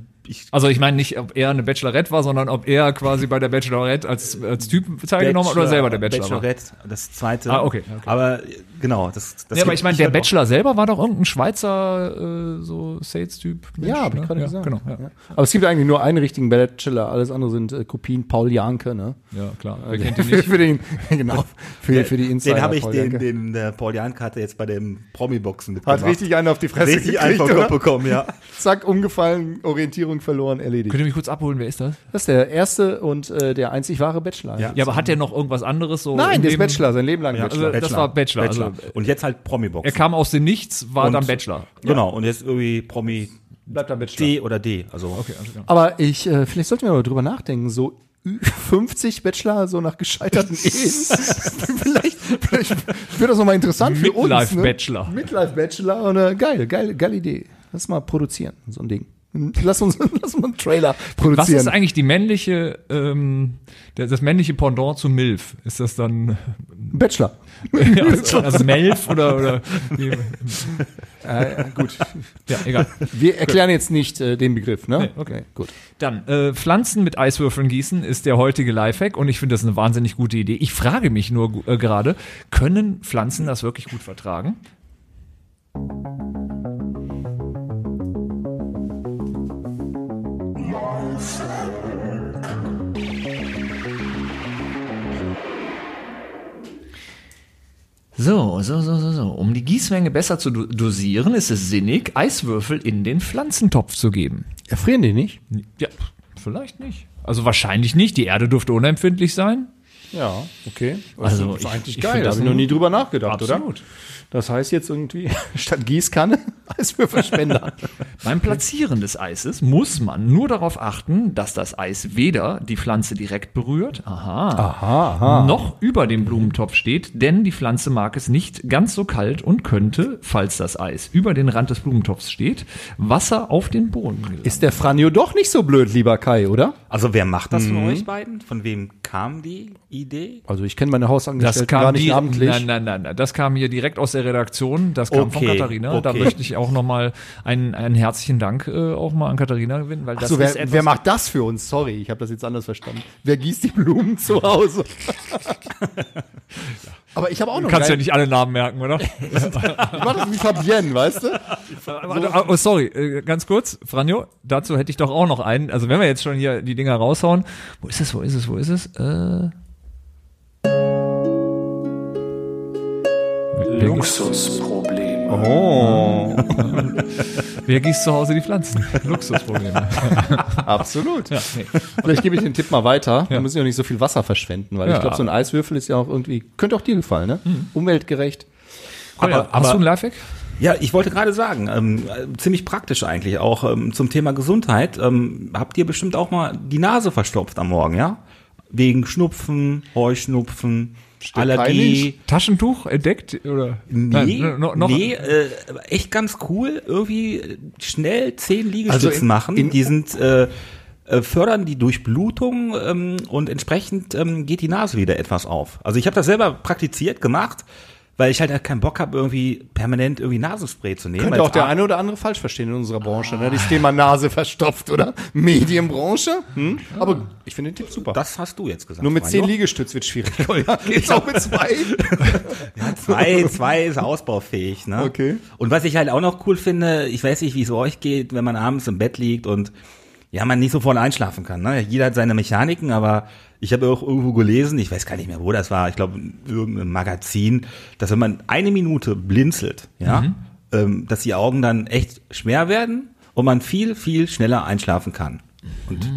[SPEAKER 11] also ich meine nicht, ob er eine Bachelorette war, sondern ob er quasi bei der Bachelorette als, als Typ teilgenommen hat oder selber der Bachelor war.
[SPEAKER 3] Bachelorette, das zweite.
[SPEAKER 11] Ah, okay, okay.
[SPEAKER 3] Aber äh, genau, das, das
[SPEAKER 11] Ja, aber ich meine, der
[SPEAKER 3] Bachelor.
[SPEAKER 11] Bachelor selber war doch irgendein Schweizer äh, so Sales-Typ. Mensch,
[SPEAKER 2] Ja, hab ich
[SPEAKER 11] ne?
[SPEAKER 2] gerade gesagt.
[SPEAKER 11] Genau, ja.
[SPEAKER 2] Ja. Aber es gibt eigentlich nur einen richtigen Bachelor, alles andere sind äh, Kopien Paul Janke, ne?
[SPEAKER 11] ja, klar. Wer kennt ihn
[SPEAKER 2] für,
[SPEAKER 11] nicht?
[SPEAKER 2] für den, genau, für, für die Insider.
[SPEAKER 3] Den habe ich
[SPEAKER 2] Paul
[SPEAKER 3] den,
[SPEAKER 2] Janke.
[SPEAKER 3] den der Paulian-Karte jetzt bei dem Promi-Boxen mitgemacht.
[SPEAKER 2] hat richtig einen auf die Fresse
[SPEAKER 3] richtig einen
[SPEAKER 2] gekriegt,
[SPEAKER 3] vom Kopf
[SPEAKER 2] oder?
[SPEAKER 3] bekommen, ja.
[SPEAKER 2] Zack, umgefallen, Orientierung verloren, erledigt.
[SPEAKER 11] Könnt ihr mich kurz abholen, wer ist das?
[SPEAKER 2] Das ist der erste und äh, der einzig wahre Bachelor.
[SPEAKER 3] Ja.
[SPEAKER 11] Ja, Also aber hat der noch irgendwas anderes? So
[SPEAKER 2] Nein,
[SPEAKER 11] im
[SPEAKER 2] der ist
[SPEAKER 11] Leben?
[SPEAKER 2] Bachelor, sein Leben lang
[SPEAKER 3] Ja,
[SPEAKER 2] Bachelor.
[SPEAKER 11] also- Das war Bachelor, also-
[SPEAKER 3] und jetzt halt Promi-Boxen.
[SPEAKER 11] Er kam aus dem Nichts, war
[SPEAKER 3] Und-
[SPEAKER 11] dann Bachelor.
[SPEAKER 3] Genau, und jetzt irgendwie Promi
[SPEAKER 2] Bleibt er Bachelor.
[SPEAKER 3] D oder D. Also
[SPEAKER 11] Okay, alles klar.
[SPEAKER 2] Aber ich, äh, vielleicht sollten wir mal drüber nachdenken, so Ü- 50 Bachelor, so nach gescheiterten Ehen. vielleicht vielleicht wird das nochmal interessant für uns.
[SPEAKER 11] Midlife Bachelor.
[SPEAKER 2] Ne? Midlife Bachelor. Und, äh, geil, geil, geile Idee. Lass mal produzieren, so ein Ding. Lass uns, lass mal einen Trailer
[SPEAKER 11] Was
[SPEAKER 2] produzieren.
[SPEAKER 11] ist eigentlich die männliche, ähm, der- das männliche Pendant zu MILF? Ist das dann
[SPEAKER 2] Bachelor.
[SPEAKER 11] ja, also, also MELF oder, oder wie-
[SPEAKER 2] Äh, gut.
[SPEAKER 11] ja, egal.
[SPEAKER 2] Wir erklären jetzt nicht äh, den Begriff, ne?
[SPEAKER 11] Nee, okay.
[SPEAKER 2] gut.
[SPEAKER 11] Dann, äh, Pflanzen mit Eiswürfeln gießen ist der heutige Lifehack und ich finde das eine wahnsinnig gute Idee. Ich frage mich nur gu- äh, gerade, können Pflanzen das wirklich gut vertragen? So, so, so, so, so. Um die Gießmenge besser zu do- dosieren, ist es sinnig, Eiswürfel in den Pflanzentopf zu geben.
[SPEAKER 2] Erfrieren die nicht?
[SPEAKER 11] Ja, vielleicht nicht. Also wahrscheinlich nicht. Die Erde dürfte unempfindlich sein.
[SPEAKER 2] Ja, okay.
[SPEAKER 11] Also
[SPEAKER 2] das ist
[SPEAKER 11] ich-
[SPEAKER 2] eigentlich
[SPEAKER 11] ich
[SPEAKER 2] geil.
[SPEAKER 11] find
[SPEAKER 2] Da
[SPEAKER 11] das
[SPEAKER 2] habe ich noch
[SPEAKER 11] ein-
[SPEAKER 2] nie drüber nachgedacht, oder?
[SPEAKER 11] Absolut.
[SPEAKER 2] Das heißt jetzt irgendwie, statt Gießkanne als für Verschwender.
[SPEAKER 11] Beim Platzieren des Eises muss man nur darauf achten, dass das Eis weder die Pflanze direkt berührt, aha, noch über dem Blumentopf steht, denn die Pflanze mag es nicht ganz so kalt und könnte, falls das Eis über den Rand des Blumentopfs steht, Wasser auf den Boden gelangen.
[SPEAKER 2] Ist der Franjo doch nicht so blöd, lieber Kai, oder?
[SPEAKER 3] Also wer macht das
[SPEAKER 11] Mhm.
[SPEAKER 3] von euch beiden? Von wem kam die Idee?
[SPEAKER 2] Also ich kenne meine Hausangestellten
[SPEAKER 11] Das kam
[SPEAKER 2] gar nicht
[SPEAKER 11] die,
[SPEAKER 2] namentlich.
[SPEAKER 11] Nein, nein, nein, nein. Das kam hier direkt aus der Redaktion. Das kam von
[SPEAKER 3] Okay,
[SPEAKER 11] Katharina. Da
[SPEAKER 3] okay.
[SPEAKER 11] möchte ich auch nochmal einen, einen herzlichen Dank äh, auch mal an Katharina gewinnen, weil das
[SPEAKER 2] Achso,
[SPEAKER 11] ist etwas.
[SPEAKER 2] wer, wer macht das für uns? Sorry, ich habe das jetzt anders verstanden. Wer gießt die Blumen zu Hause? Aber ich habe auch noch
[SPEAKER 11] du kannst ja
[SPEAKER 2] einen
[SPEAKER 11] nicht alle Namen merken, oder?
[SPEAKER 2] geilen- Ich mach das wie Fabienne, weißt du?
[SPEAKER 11] Ah, oh, sorry, äh, ganz kurz, Franjo, dazu hätte ich doch auch noch einen. Also wenn wir jetzt schon hier die Dinger raushauen, wo ist es, wo ist es, wo ist es? Äh,
[SPEAKER 8] Luxusprobleme.
[SPEAKER 11] wer gießt zu Hause die Pflanzen? Luxusprobleme.
[SPEAKER 2] Absolut. Vielleicht gebe ich den Tipp mal weiter. Wir müssen ja nicht so viel Wasser verschwenden, weil
[SPEAKER 11] Ja, Hm.
[SPEAKER 2] ich glaube, so ein Eiswürfel ist ja auch irgendwie, könnte auch dir gefallen, ne? Umweltgerecht.
[SPEAKER 11] Cool, ja. Hast du einen Lifehack?
[SPEAKER 3] Ja, ich wollte gerade sagen, ähm, äh, ziemlich praktisch eigentlich auch ähm, zum Thema Gesundheit. Ähm, habt ihr bestimmt auch mal die Nase verstopft am Morgen, ja? Wegen Schnupfen, Heuschnupfen, Allergie.
[SPEAKER 11] Taschentuch entdeckt? Oder?
[SPEAKER 3] Nee,
[SPEAKER 11] Nein, no- noch,
[SPEAKER 3] nee äh, echt ganz cool, irgendwie schnell zehn Liegestützen
[SPEAKER 2] Also in-
[SPEAKER 3] machen.
[SPEAKER 2] in-
[SPEAKER 3] die sind äh, äh, fördern die Durchblutung ähm, und entsprechend ähm, geht die Nase wieder etwas auf. Also ich habe das selber praktiziert, gemacht, weil ich halt halt keinen Bock habe, irgendwie permanent irgendwie Nasenspray zu nehmen.
[SPEAKER 2] Könnte
[SPEAKER 3] als
[SPEAKER 2] auch der
[SPEAKER 3] Arzt.
[SPEAKER 2] eine oder andere falsch verstehen in unserer Branche, ne? Das Thema Nase verstopft, oder? Medienbranche? Hm? Aber ich finde den Tipp super.
[SPEAKER 3] Das hast du jetzt gesagt.
[SPEAKER 2] Nur mit
[SPEAKER 3] Mario.
[SPEAKER 2] zehn Liegestütz wird schwierig. Geht's auch mit zwei?
[SPEAKER 3] Zwei, zwei ist ausbaufähig, ne?
[SPEAKER 2] Okay.
[SPEAKER 3] Und was ich halt auch noch cool finde, ich weiß nicht, wie es euch geht, wenn man abends im Bett liegt und ja, man nicht sofort einschlafen kann, ne? Jeder hat seine Mechaniken, aber ich habe auch irgendwo gelesen, ich weiß gar nicht mehr, wo das war, ich glaube, in irgendeinem Magazin, dass wenn man eine Minute blinzelt, ja, ähm, dass die Augen dann echt schwer werden und man viel, viel schneller einschlafen kann. Und,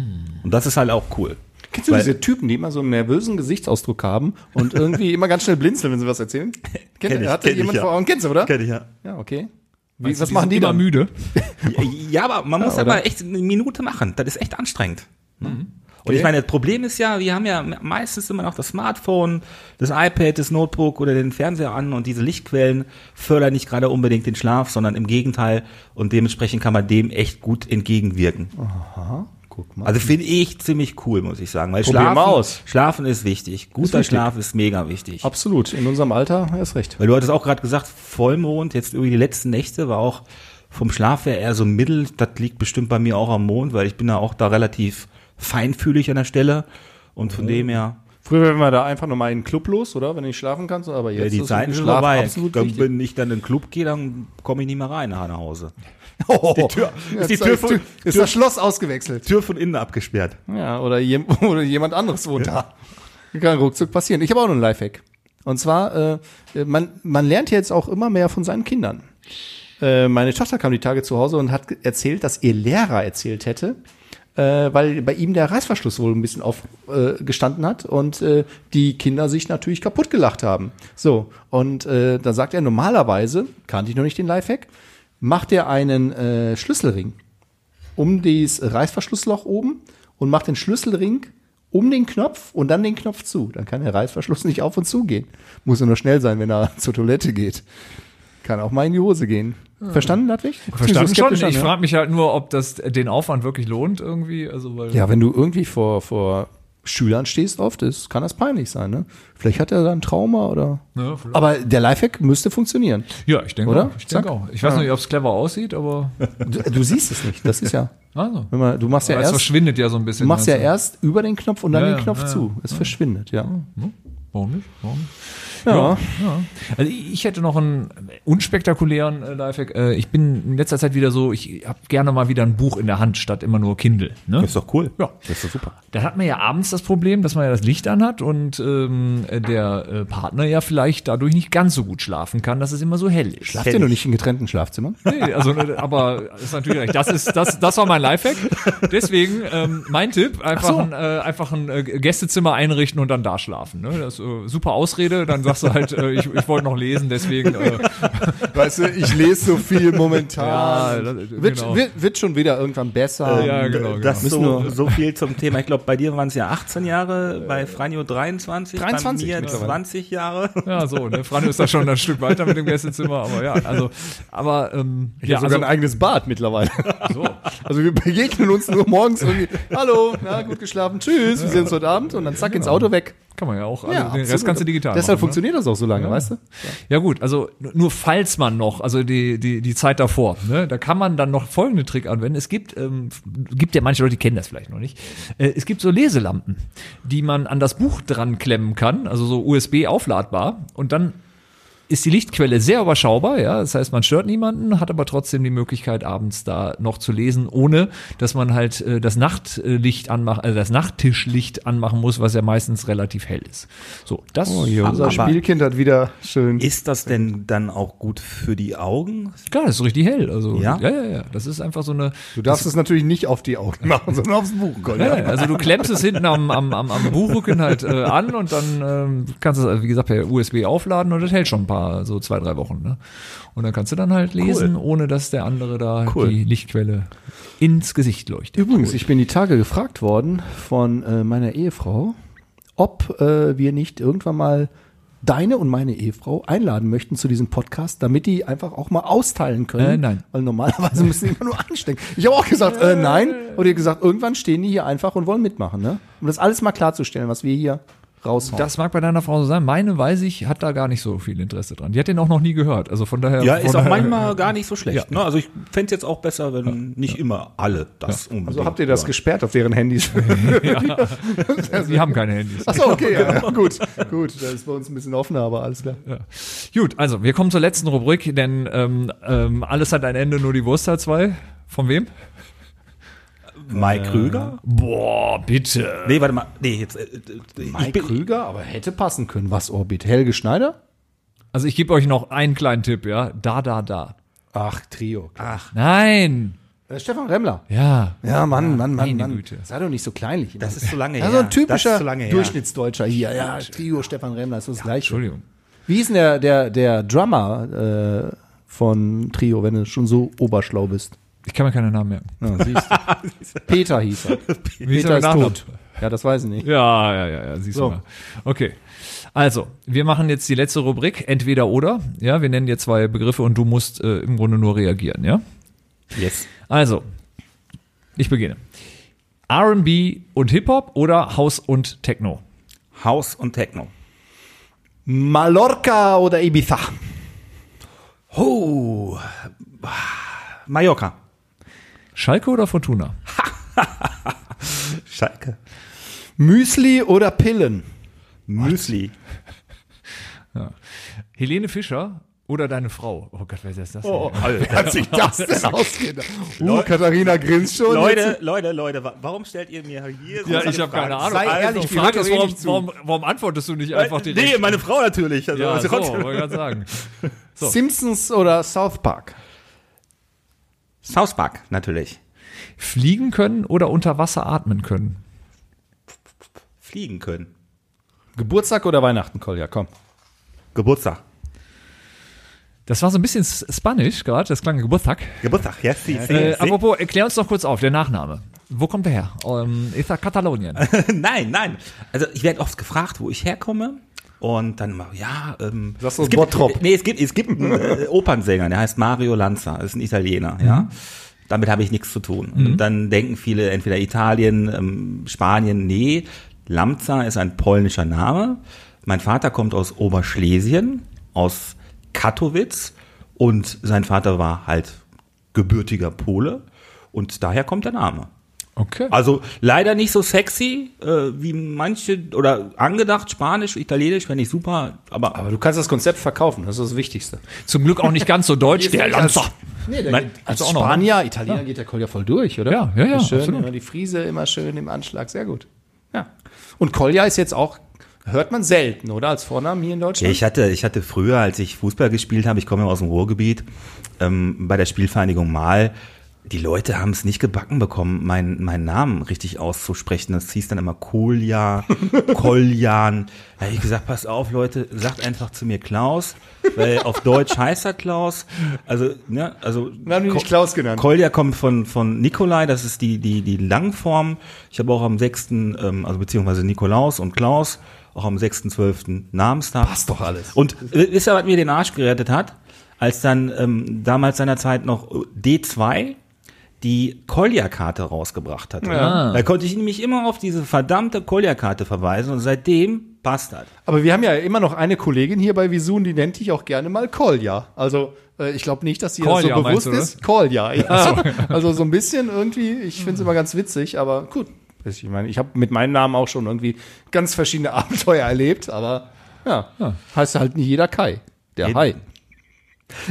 [SPEAKER 3] und das ist halt auch cool.
[SPEAKER 2] Kennst du
[SPEAKER 3] Weil-
[SPEAKER 2] diese Typen, die immer so einen nervösen Gesichtsausdruck haben und irgendwie immer ganz schnell blinzeln, wenn sie was erzählen? Kennt,
[SPEAKER 3] ich,
[SPEAKER 2] hat da
[SPEAKER 3] kenn ich,
[SPEAKER 2] jemand
[SPEAKER 3] ja.
[SPEAKER 2] vor Augen? Kennst du, oder?
[SPEAKER 3] ich ja.
[SPEAKER 2] Ja, okay. Wie, was machen die
[SPEAKER 11] immer
[SPEAKER 2] dann?
[SPEAKER 11] müde?
[SPEAKER 3] Ja, aber man muss
[SPEAKER 2] Ja, oder?
[SPEAKER 3] aber echt eine Minute machen. Das ist echt anstrengend. ne? Und ich meine, das Problem ist ja, wir haben ja meistens immer noch das Smartphone, das iPad, das Notebook oder den Fernseher an und diese Lichtquellen fördern nicht gerade unbedingt den Schlaf, sondern im Gegenteil. Und dementsprechend kann man dem echt gut entgegenwirken.
[SPEAKER 2] Guck mal.
[SPEAKER 3] Also finde ich ziemlich cool, muss ich sagen. Weil
[SPEAKER 2] Probier
[SPEAKER 3] Schlafen,
[SPEAKER 2] mal aus.
[SPEAKER 3] Schlafen ist wichtig. Guter
[SPEAKER 2] wichtig.
[SPEAKER 3] Schlaf ist mega wichtig.
[SPEAKER 2] Absolut, in unserem Alter erst recht.
[SPEAKER 3] Weil du hattest auch gerade gesagt, Vollmond, jetzt irgendwie die letzten Nächte war auch vom Schlaf her eher so mittel. Das liegt bestimmt bei mir auch am Mond, weil ich bin da auch da relativ feinfühlig an der Stelle. Und von dem her,
[SPEAKER 2] Früher wären wir da einfach nochmal in den Club los, oder? Wenn du nicht schlafen kannst, aber jetzt
[SPEAKER 3] ja, die
[SPEAKER 2] ist
[SPEAKER 3] Zeiten sind
[SPEAKER 2] Schlaf
[SPEAKER 3] vorbei.
[SPEAKER 2] absolut
[SPEAKER 3] Dann,
[SPEAKER 2] wichtig.
[SPEAKER 3] wenn ich dann in den Club gehe, dann komme ich nicht mehr rein nach Hause.
[SPEAKER 2] Oh,
[SPEAKER 3] die Tür-
[SPEAKER 2] ja,
[SPEAKER 3] ist die
[SPEAKER 2] ist,
[SPEAKER 3] Tür
[SPEAKER 2] ist,
[SPEAKER 3] von-
[SPEAKER 2] ist das Schloss ausgewechselt.
[SPEAKER 3] Tür von innen abgesperrt.
[SPEAKER 2] Ja, oder, jem, oder jemand anderes wohnt da. Kann ruckzuck passieren. Ich habe auch noch einen Lifehack. Und zwar, äh, man, man lernt ja jetzt auch immer mehr von seinen Kindern. Äh, meine Tochter kam die Tage zu Hause und hat ge- erzählt, dass ihr Lehrer erzählt hätte, äh, weil bei ihm der Reißverschluss wohl ein bisschen aufgestanden äh, gestanden hat und äh, die Kinder sich natürlich kaputt gelacht haben. So, und äh, da sagt er, normalerweise, kannte ich noch nicht den Lifehack, macht er einen äh, Schlüsselring um das Reißverschlussloch oben und macht den Schlüsselring um den Knopf und dann den Knopf zu. Dann kann der Reißverschluss nicht auf und zu gehen. Muss er nur schnell sein, wenn er zur Toilette geht. Kann auch mal in die Hose gehen. Verstanden, Ludwig?
[SPEAKER 11] Hm. Verstanden schon. Ich
[SPEAKER 2] Ich
[SPEAKER 11] frage mich halt nur, ob das den Aufwand wirklich lohnt irgendwie. Also, weil
[SPEAKER 2] ja, wenn du irgendwie vor, vor Schülern stehst, oft ist, kann das peinlich sein. Ne? Vielleicht hat er da ein Trauma oder.
[SPEAKER 11] Ja, ne, vielleicht.
[SPEAKER 2] Aber der Lifehack müsste funktionieren.
[SPEAKER 11] Ja, ich denke
[SPEAKER 2] Oder?
[SPEAKER 11] auch. Ich denke
[SPEAKER 2] Zack.
[SPEAKER 11] auch. Ich weiß nicht, ob es clever aussieht, aber
[SPEAKER 2] Du, du siehst es nicht. Das ist ja.
[SPEAKER 11] also.
[SPEAKER 2] Wenn man, du machst ja
[SPEAKER 11] Aber es
[SPEAKER 2] erst.
[SPEAKER 11] verschwindet ja so ein
[SPEAKER 2] Du
[SPEAKER 11] bisschen. ne?
[SPEAKER 2] machst ja
[SPEAKER 11] meinst
[SPEAKER 2] erst über den Knopf und dann
[SPEAKER 11] Ja,
[SPEAKER 2] den
[SPEAKER 11] ja,
[SPEAKER 2] Knopf
[SPEAKER 11] ja,
[SPEAKER 2] zu. Es verschwindet, ja.
[SPEAKER 11] Warum nicht? Warum nicht?
[SPEAKER 2] Ja.
[SPEAKER 11] Also ich hätte noch einen unspektakulären äh, Lifehack. Äh, ich bin in letzter Zeit wieder so, ich habe gerne mal wieder ein Buch in der Hand statt immer nur Kindle. Ne?
[SPEAKER 3] Ist doch cool.
[SPEAKER 11] Ja.
[SPEAKER 3] Das ist doch super.
[SPEAKER 11] Da hat man ja abends das Problem, dass man ja das Licht anhat und ähm, der äh, Partner ja vielleicht dadurch nicht ganz so gut schlafen kann, dass es immer so hell ist.
[SPEAKER 2] Habt ihr noch nicht in getrennten Schlafzimmern?
[SPEAKER 11] Nee, also, äh, aber das ist natürlich recht. Das, ist, das, das war mein Lifehack. Deswegen ähm, mein Tipp, einfach ein, äh, einfach ein äh, Gästezimmer einrichten und dann da schlafen. Ne? Das ist äh, super Ausrede, dann sagst du halt, äh, ich, ich wollte noch lesen, deswegen. Äh,
[SPEAKER 2] Weißt du, ich lese so viel momentan.
[SPEAKER 11] Ja, das-
[SPEAKER 2] wird,
[SPEAKER 11] genau.
[SPEAKER 2] wird, wird schon wieder irgendwann besser.
[SPEAKER 11] Ja, genau,
[SPEAKER 3] Ähm, Das
[SPEAKER 11] genau.
[SPEAKER 2] Müssen
[SPEAKER 3] so,
[SPEAKER 2] wir-
[SPEAKER 3] so viel zum Thema. Ich glaube, bei dir waren es ja 18 Jahre, bei Franjo 23,
[SPEAKER 2] 23
[SPEAKER 3] bei mir
[SPEAKER 2] mittlerweile.
[SPEAKER 3] 20 Jahre.
[SPEAKER 11] ja, so, ne? Franjo ist da schon ein Stück weiter mit dem Gästezimmer, aber ja, also, aber ähm,
[SPEAKER 2] Ich ja,
[SPEAKER 11] ja,
[SPEAKER 2] sogar ein eigenes Bad mittlerweile.
[SPEAKER 11] also, so.
[SPEAKER 2] Also wir begegnen uns nur morgens irgendwie. Hallo, na, gut geschlafen, tschüss, wir sehen uns heute Abend und dann zack ins Auto weg.
[SPEAKER 11] Kann man ja auch. Also
[SPEAKER 2] Ja,
[SPEAKER 11] den Rest
[SPEAKER 2] absolut.
[SPEAKER 11] kannst du digital
[SPEAKER 2] Deshalb
[SPEAKER 11] machen.
[SPEAKER 2] funktioniert das auch so lange, weißt du?
[SPEAKER 11] Ne? Ja gut, also n- nur falls man noch, also die, die, die Zeit davor, ne, da kann man dann noch folgenden Trick anwenden. Es gibt, ähm, f- gibt ja manche Leute, die kennen das vielleicht noch nicht. Äh, es gibt so Leselampen, die man an das Buch dran klemmen kann, also so USB aufladbar und dann ist die Lichtquelle sehr überschaubar, ja. Das heißt, man stört niemanden, hat aber trotzdem die Möglichkeit, abends da noch zu lesen, ohne dass man halt äh, das Nachtlicht anmachen, also das Nachttischlicht anmachen muss, was ja meistens relativ hell ist. So, das
[SPEAKER 2] Unser Spielkind hat wieder schön.
[SPEAKER 3] Ist das denn dann auch gut für die Augen?
[SPEAKER 11] Klar, das ist richtig hell. Also,
[SPEAKER 3] Ja?
[SPEAKER 11] ja, ja, ja. Das ist einfach so eine.
[SPEAKER 2] Du darfst es natürlich nicht auf die Augen machen, sondern aufs Buch.
[SPEAKER 11] Ja,
[SPEAKER 2] Golda.
[SPEAKER 11] ja, also du klemmst es hinten am, am, am, am Buchrücken halt äh, an und dann ähm, kannst du es, also wie gesagt, per USB aufladen und das hält schon ein paar, so zwei, drei Wochen. Ne? Und dann kannst du dann halt lesen, ohne dass der andere da halt
[SPEAKER 2] Cool.
[SPEAKER 11] die Lichtquelle ins Gesicht leuchtet.
[SPEAKER 2] Übrigens, ich bin die Tage gefragt worden von äh, meiner Ehefrau, ob äh, wir nicht irgendwann mal deine und meine Ehefrau einladen möchten zu diesem Podcast, damit die einfach auch mal austeilen können.
[SPEAKER 11] Äh, nein.
[SPEAKER 2] Weil normalerweise müssen die immer nur anstecken. Ich habe auch gesagt, äh, nein. Und ihr habt gesagt, irgendwann stehen die hier einfach und wollen mitmachen, ne? Um das alles mal klarzustellen, was wir hier raushauen.
[SPEAKER 11] Das mag bei deiner Frau so sein. Meine, weiß ich, hat da gar nicht so viel Interesse dran. Die hat den auch noch nie gehört. Also von daher.
[SPEAKER 3] Ja,
[SPEAKER 11] von
[SPEAKER 3] ist auch
[SPEAKER 11] daher-
[SPEAKER 3] manchmal gar nicht so schlecht. Ne? Also ich fände es jetzt auch besser, wenn nicht immer alle das ja.
[SPEAKER 2] also habt ihr das gesperrt auf deren Handys?
[SPEAKER 11] Sie haben keine Handys.
[SPEAKER 2] Achso, okay, ja, ja, gut, gut. Das ist bei uns ein bisschen offener, aber alles klar.
[SPEAKER 11] Gut, also wir kommen zur letzten Rubrik, denn ähm, ähm, alles hat ein Ende, nur die Wurst hat zwei. Von wem?
[SPEAKER 3] Mike Krüger?
[SPEAKER 11] Boah, bitte.
[SPEAKER 3] Nee, warte mal. Nee, jetzt. Äh, äh, ich
[SPEAKER 2] Mike
[SPEAKER 3] bin,
[SPEAKER 2] Krüger, aber hätte passen können. Was Orbit? Helge Schneider?
[SPEAKER 11] Also ich gebe euch noch einen kleinen Tipp, ja. Da, da, da.
[SPEAKER 2] Ach, Trio. klar.
[SPEAKER 11] Nein.
[SPEAKER 2] Äh, Stefan Remmler.
[SPEAKER 11] Ja.
[SPEAKER 2] Ja, Mann, Mann, Mann,
[SPEAKER 11] meine
[SPEAKER 2] Mann.
[SPEAKER 11] Güte.
[SPEAKER 2] Sei doch nicht so kleinlich.
[SPEAKER 3] das ist zu lange
[SPEAKER 2] ja, so
[SPEAKER 11] Also
[SPEAKER 2] ein
[SPEAKER 3] Das ist
[SPEAKER 2] typischer
[SPEAKER 3] zu lange her.
[SPEAKER 2] Durchschnittsdeutscher hier. Ja, Trio, Stefan Remmler, ist das gleiche.
[SPEAKER 11] Entschuldigung.
[SPEAKER 2] Wie ist denn der, der, der Drummer äh, von Trio, wenn du schon so oberschlau bist?
[SPEAKER 11] Ich kann mir keine Namen merken.
[SPEAKER 2] Ja, siehst du. Peter hieß er.
[SPEAKER 11] Wie
[SPEAKER 2] Peter ist tot. Ja, das weiß ich nicht.
[SPEAKER 11] Ja, ja, ja, ja, siehst
[SPEAKER 2] So.
[SPEAKER 11] du mal. Okay. Also, wir machen jetzt die letzte Rubrik, entweder oder. Ja, wir nennen dir zwei Begriffe und du musst äh, im Grunde nur reagieren, ja?
[SPEAKER 3] Yes.
[SPEAKER 11] Also, ich beginne. RB und Hip-Hop oder House und Techno?
[SPEAKER 3] House und Techno.
[SPEAKER 2] Mallorca oder Ibiza?
[SPEAKER 3] Oh. Mallorca.
[SPEAKER 11] Schalke oder Fortuna?
[SPEAKER 3] Schalke.
[SPEAKER 2] Müsli oder Pillen?
[SPEAKER 3] Müsli.
[SPEAKER 11] Helene Fischer oder deine Frau? Oh Gott, wer ist das?
[SPEAKER 2] Oh, wer hat sich das denn ausgedacht? Uh, Katharina grinst schon.
[SPEAKER 3] Leute, Leute, Leute, wa- warum stellt ihr mir hier so
[SPEAKER 11] Ja,
[SPEAKER 3] eine
[SPEAKER 11] ich habe
[SPEAKER 3] Frage?
[SPEAKER 11] keine Ahnung.
[SPEAKER 2] Sei
[SPEAKER 11] Also,
[SPEAKER 2] ehrlich,
[SPEAKER 11] die
[SPEAKER 2] wir
[SPEAKER 11] Frage
[SPEAKER 2] hören
[SPEAKER 11] ist,
[SPEAKER 2] doch eh
[SPEAKER 11] warum,
[SPEAKER 2] nicht zu. Äh,
[SPEAKER 11] warum, warum antwortest du nicht einfach direkt?
[SPEAKER 3] Nee, meine Frau natürlich. Also,
[SPEAKER 11] ja,
[SPEAKER 3] was
[SPEAKER 11] so,
[SPEAKER 3] trotzdem.
[SPEAKER 11] wollte ich gerade sagen. So.
[SPEAKER 2] Simpsons oder South Park?
[SPEAKER 3] South Park, natürlich.
[SPEAKER 11] Fliegen können oder unter Wasser atmen können?
[SPEAKER 3] Fliegen können.
[SPEAKER 2] Geburtstag oder Weihnachten, Kolja, komm.
[SPEAKER 3] Geburtstag.
[SPEAKER 11] Das war so ein bisschen s- Spanisch gerade, das klang Geburtstag.
[SPEAKER 3] Geburtstag, yes, yes,
[SPEAKER 11] Äh,
[SPEAKER 3] yes, yes.
[SPEAKER 11] apropos, erklär uns doch kurz auf, der Nachname. Wo kommt der her? Ähm, ist er Katalonien?
[SPEAKER 3] Nein, nein. Also ich werde oft gefragt, wo ich herkomme. Und dann immer, ja, ähm,
[SPEAKER 2] Sagst du
[SPEAKER 3] es gibt,
[SPEAKER 2] Bottrop?
[SPEAKER 3] Nee, es gibt, es gibt einen äh, Opernsänger, der heißt Mario Lanza, ist ein Italiener,
[SPEAKER 2] Mhm.
[SPEAKER 3] ja. Damit habe ich nichts zu tun. Und dann denken viele entweder Italien, ähm, Spanien, nee. Lanza ist ein polnischer Name. Mein Vater kommt aus Oberschlesien, aus Katowice und sein Vater war halt gebürtiger Pole und daher kommt der Name.
[SPEAKER 11] Okay.
[SPEAKER 3] Also leider nicht so sexy äh, wie manche oder angedacht Spanisch, Italienisch fände ich super, aber,
[SPEAKER 2] Aber du kannst das Konzept verkaufen, das ist das Wichtigste.
[SPEAKER 11] Zum Glück auch nicht ganz so deutsch, der Lanzer.
[SPEAKER 2] Nee,
[SPEAKER 11] Nein,
[SPEAKER 2] als
[SPEAKER 11] also auch noch,
[SPEAKER 2] Spanier, Italiener geht der Kolja voll durch, oder?
[SPEAKER 11] Ja, ja, ja,
[SPEAKER 2] Schön,
[SPEAKER 11] absolut.
[SPEAKER 2] immer die Friese immer schön im Anschlag, sehr gut. Ja. Und Kolja ist jetzt auch, hört man selten, oder? Als Vornamen hier in Deutschland?
[SPEAKER 3] ich hatte ich hatte früher, als ich Fußball gespielt habe, ich komme ja aus dem Ruhrgebiet, ähm, bei der Spielvereinigung Mal die Leute haben es nicht gebacken bekommen, meinen meinen Namen richtig auszusprechen. Das hieß dann immer Kolja, Koljan. Da habe ich gesagt, pass auf, Leute, sagt einfach zu mir Klaus, weil auf Deutsch heißt er Klaus. Also, ne, also
[SPEAKER 2] Dann haben die nicht Klaus genannt.
[SPEAKER 3] Kolja kommt von, von Nikolai, das ist die, die, die Langform. Ich habe auch am 6., ähm, also beziehungsweise Nikolaus und Klaus, auch am 6.12. Namenstag.
[SPEAKER 2] Passt doch alles.
[SPEAKER 3] Und äh, wisst ihr, was mir den Arsch gerettet hat? Als dann ähm, damals seinerzeit noch D2 die Kolja-Karte rausgebracht hatte. Da konnte ich nämlich immer auf diese verdammte Kolja-Karte verweisen und seitdem passt das.
[SPEAKER 2] Aber wir haben ja immer noch eine Kollegin hier bei Visun, die nennt dich auch gerne mal Kolja. Also äh, ich glaube nicht, dass sie das so
[SPEAKER 1] Kolja,
[SPEAKER 2] bewusst
[SPEAKER 1] meinst du,
[SPEAKER 2] ist. Kolja, ja. Also, also ne? so ein bisschen irgendwie, ich finde es immer ganz witzig, aber gut. Ich meine, ich habe mit meinem Namen auch schon irgendwie ganz verschiedene Abenteuer erlebt, aber ja, heißt halt nicht jeder Kai. Der
[SPEAKER 3] Jeden-
[SPEAKER 2] Hai.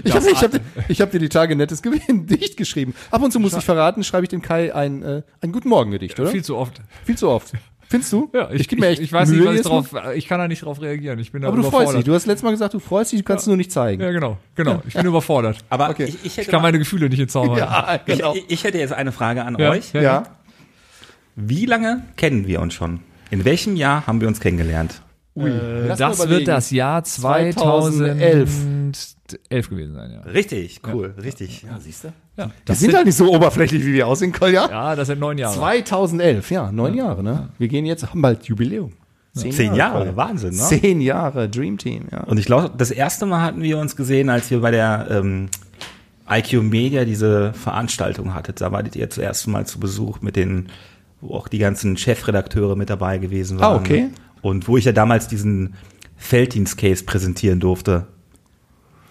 [SPEAKER 2] Ich habe ich hab, ich hab dir die Tage nettes Gedicht geschrieben. Ab und zu muss ich verraten, schreibe ich dem Kai ein, äh, ein Guten Morgen-Gedicht, oder?
[SPEAKER 1] Viel zu oft.
[SPEAKER 2] Viel zu oft. Findest du?
[SPEAKER 1] Ja, ich,
[SPEAKER 2] geb
[SPEAKER 1] ich, ich weiß nicht,
[SPEAKER 2] Mühe
[SPEAKER 1] was ich
[SPEAKER 2] jedes Mal.
[SPEAKER 1] drauf, ich kann da nicht drauf reagieren. Ich bin da
[SPEAKER 2] Aber du freust dich.
[SPEAKER 1] überfordert.
[SPEAKER 2] Du hast letztes Mal gesagt, du freust dich, du kannst es nur nicht zeigen.
[SPEAKER 1] ja, genau, genau. Ich bin überfordert.
[SPEAKER 3] Aber
[SPEAKER 2] Okay.
[SPEAKER 3] ich, ich
[SPEAKER 1] Ich
[SPEAKER 3] hätte,
[SPEAKER 1] kann
[SPEAKER 3] mal,
[SPEAKER 1] meine Gefühle nicht in Zaum halten.
[SPEAKER 2] Ah,
[SPEAKER 3] ich,
[SPEAKER 2] genau.
[SPEAKER 3] ich- ich hätte jetzt eine Frage an euch.
[SPEAKER 1] ja.
[SPEAKER 2] Ja.
[SPEAKER 3] Wie lange kennen wir uns schon? In welchem Jahr haben wir uns kennengelernt?
[SPEAKER 2] Lass mal
[SPEAKER 1] Das
[SPEAKER 2] überlegen.
[SPEAKER 1] wird das Jahr
[SPEAKER 2] 2011.
[SPEAKER 1] 2011 gewesen sein, ja.
[SPEAKER 3] Richtig, cool, richtig. Ja, siehst du?
[SPEAKER 2] Wir sind doch nicht so oberflächlich, wie wir aussehen, Kolja.
[SPEAKER 1] Ja, das sind neun Jahre.
[SPEAKER 2] 2011, ja, neun Jahre, ne? Wir gehen jetzt, haben bald Jubiläum.
[SPEAKER 3] Zehn Jahre,
[SPEAKER 2] Kolja.
[SPEAKER 3] Wahnsinn, ne?
[SPEAKER 2] Zehn Jahre, Dream Team, ja.
[SPEAKER 3] Und ich glaube, das erste Mal hatten wir uns gesehen, als wir bei der ähm, IQ Media diese Veranstaltung hattet. Da wartet ihr zum ersten Mal zu Besuch mit den, wo auch die ganzen Chefredakteure mit dabei gewesen waren.
[SPEAKER 2] Ah, okay.
[SPEAKER 3] Und wo ich ja damals diesen Felddienst-Case präsentieren durfte.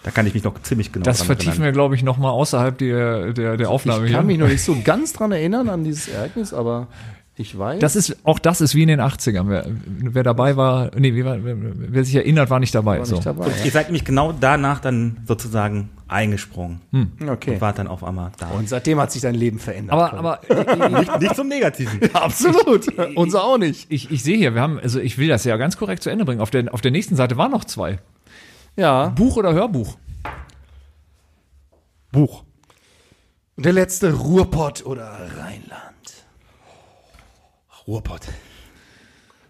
[SPEAKER 3] Da kann ich mich noch ziemlich genau
[SPEAKER 1] Das
[SPEAKER 3] dran
[SPEAKER 1] vertiefen wir, glaube ich, nochmal außerhalb der, der, der Aufnahme
[SPEAKER 2] Ich kann mich
[SPEAKER 1] hier.
[SPEAKER 2] noch nicht so ganz dran erinnern an dieses Ereignis, aber ich weiß.
[SPEAKER 1] Das ist, auch das ist wie in den 80ern. Wer, wer dabei war, nee, wie war, wer, wer sich erinnert, war nicht dabei.
[SPEAKER 2] war
[SPEAKER 1] so.
[SPEAKER 2] nicht dabei.
[SPEAKER 3] Ihr seid nämlich genau danach dann sozusagen eingesprungen
[SPEAKER 2] Okay.
[SPEAKER 3] Hm. und wart dann auf einmal da.
[SPEAKER 2] Und seitdem hat sich dein Leben verändert.
[SPEAKER 1] Aber, aber
[SPEAKER 3] nicht zum Negativen.
[SPEAKER 2] absolut. Unser auch nicht.
[SPEAKER 1] ich, ich sehe hier, wir haben, also ich will das ja ganz korrekt zu Ende bringen. Auf der, auf der nächsten Seite waren noch zwei.
[SPEAKER 2] Ja.
[SPEAKER 1] Buch oder Hörbuch?
[SPEAKER 2] Buch. Und der letzte Ruhrpott oder Rheinland.
[SPEAKER 3] Ruhrpott.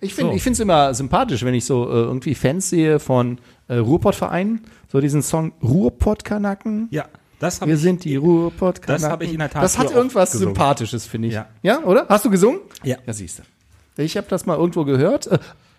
[SPEAKER 2] Ich finde
[SPEAKER 1] So.
[SPEAKER 2] es immer sympathisch, wenn ich so äh, irgendwie Fans sehe von äh, Ruhrpott-Vereinen. So diesen Song Ruhrpott-Kanacken.
[SPEAKER 3] Ja, das habe
[SPEAKER 2] Wir
[SPEAKER 3] ich.
[SPEAKER 2] sind die Ruhrpott-Kanacken.
[SPEAKER 3] Das hab ich in der Tat
[SPEAKER 2] Das hat
[SPEAKER 3] früher
[SPEAKER 2] irgendwas
[SPEAKER 3] oft gesungen.
[SPEAKER 2] Sympathisches, finde ich.
[SPEAKER 3] Ja.
[SPEAKER 2] oder? Hast du gesungen?
[SPEAKER 3] Ja.
[SPEAKER 2] Ja, siehst du. Ich habe das mal irgendwo gehört. äh,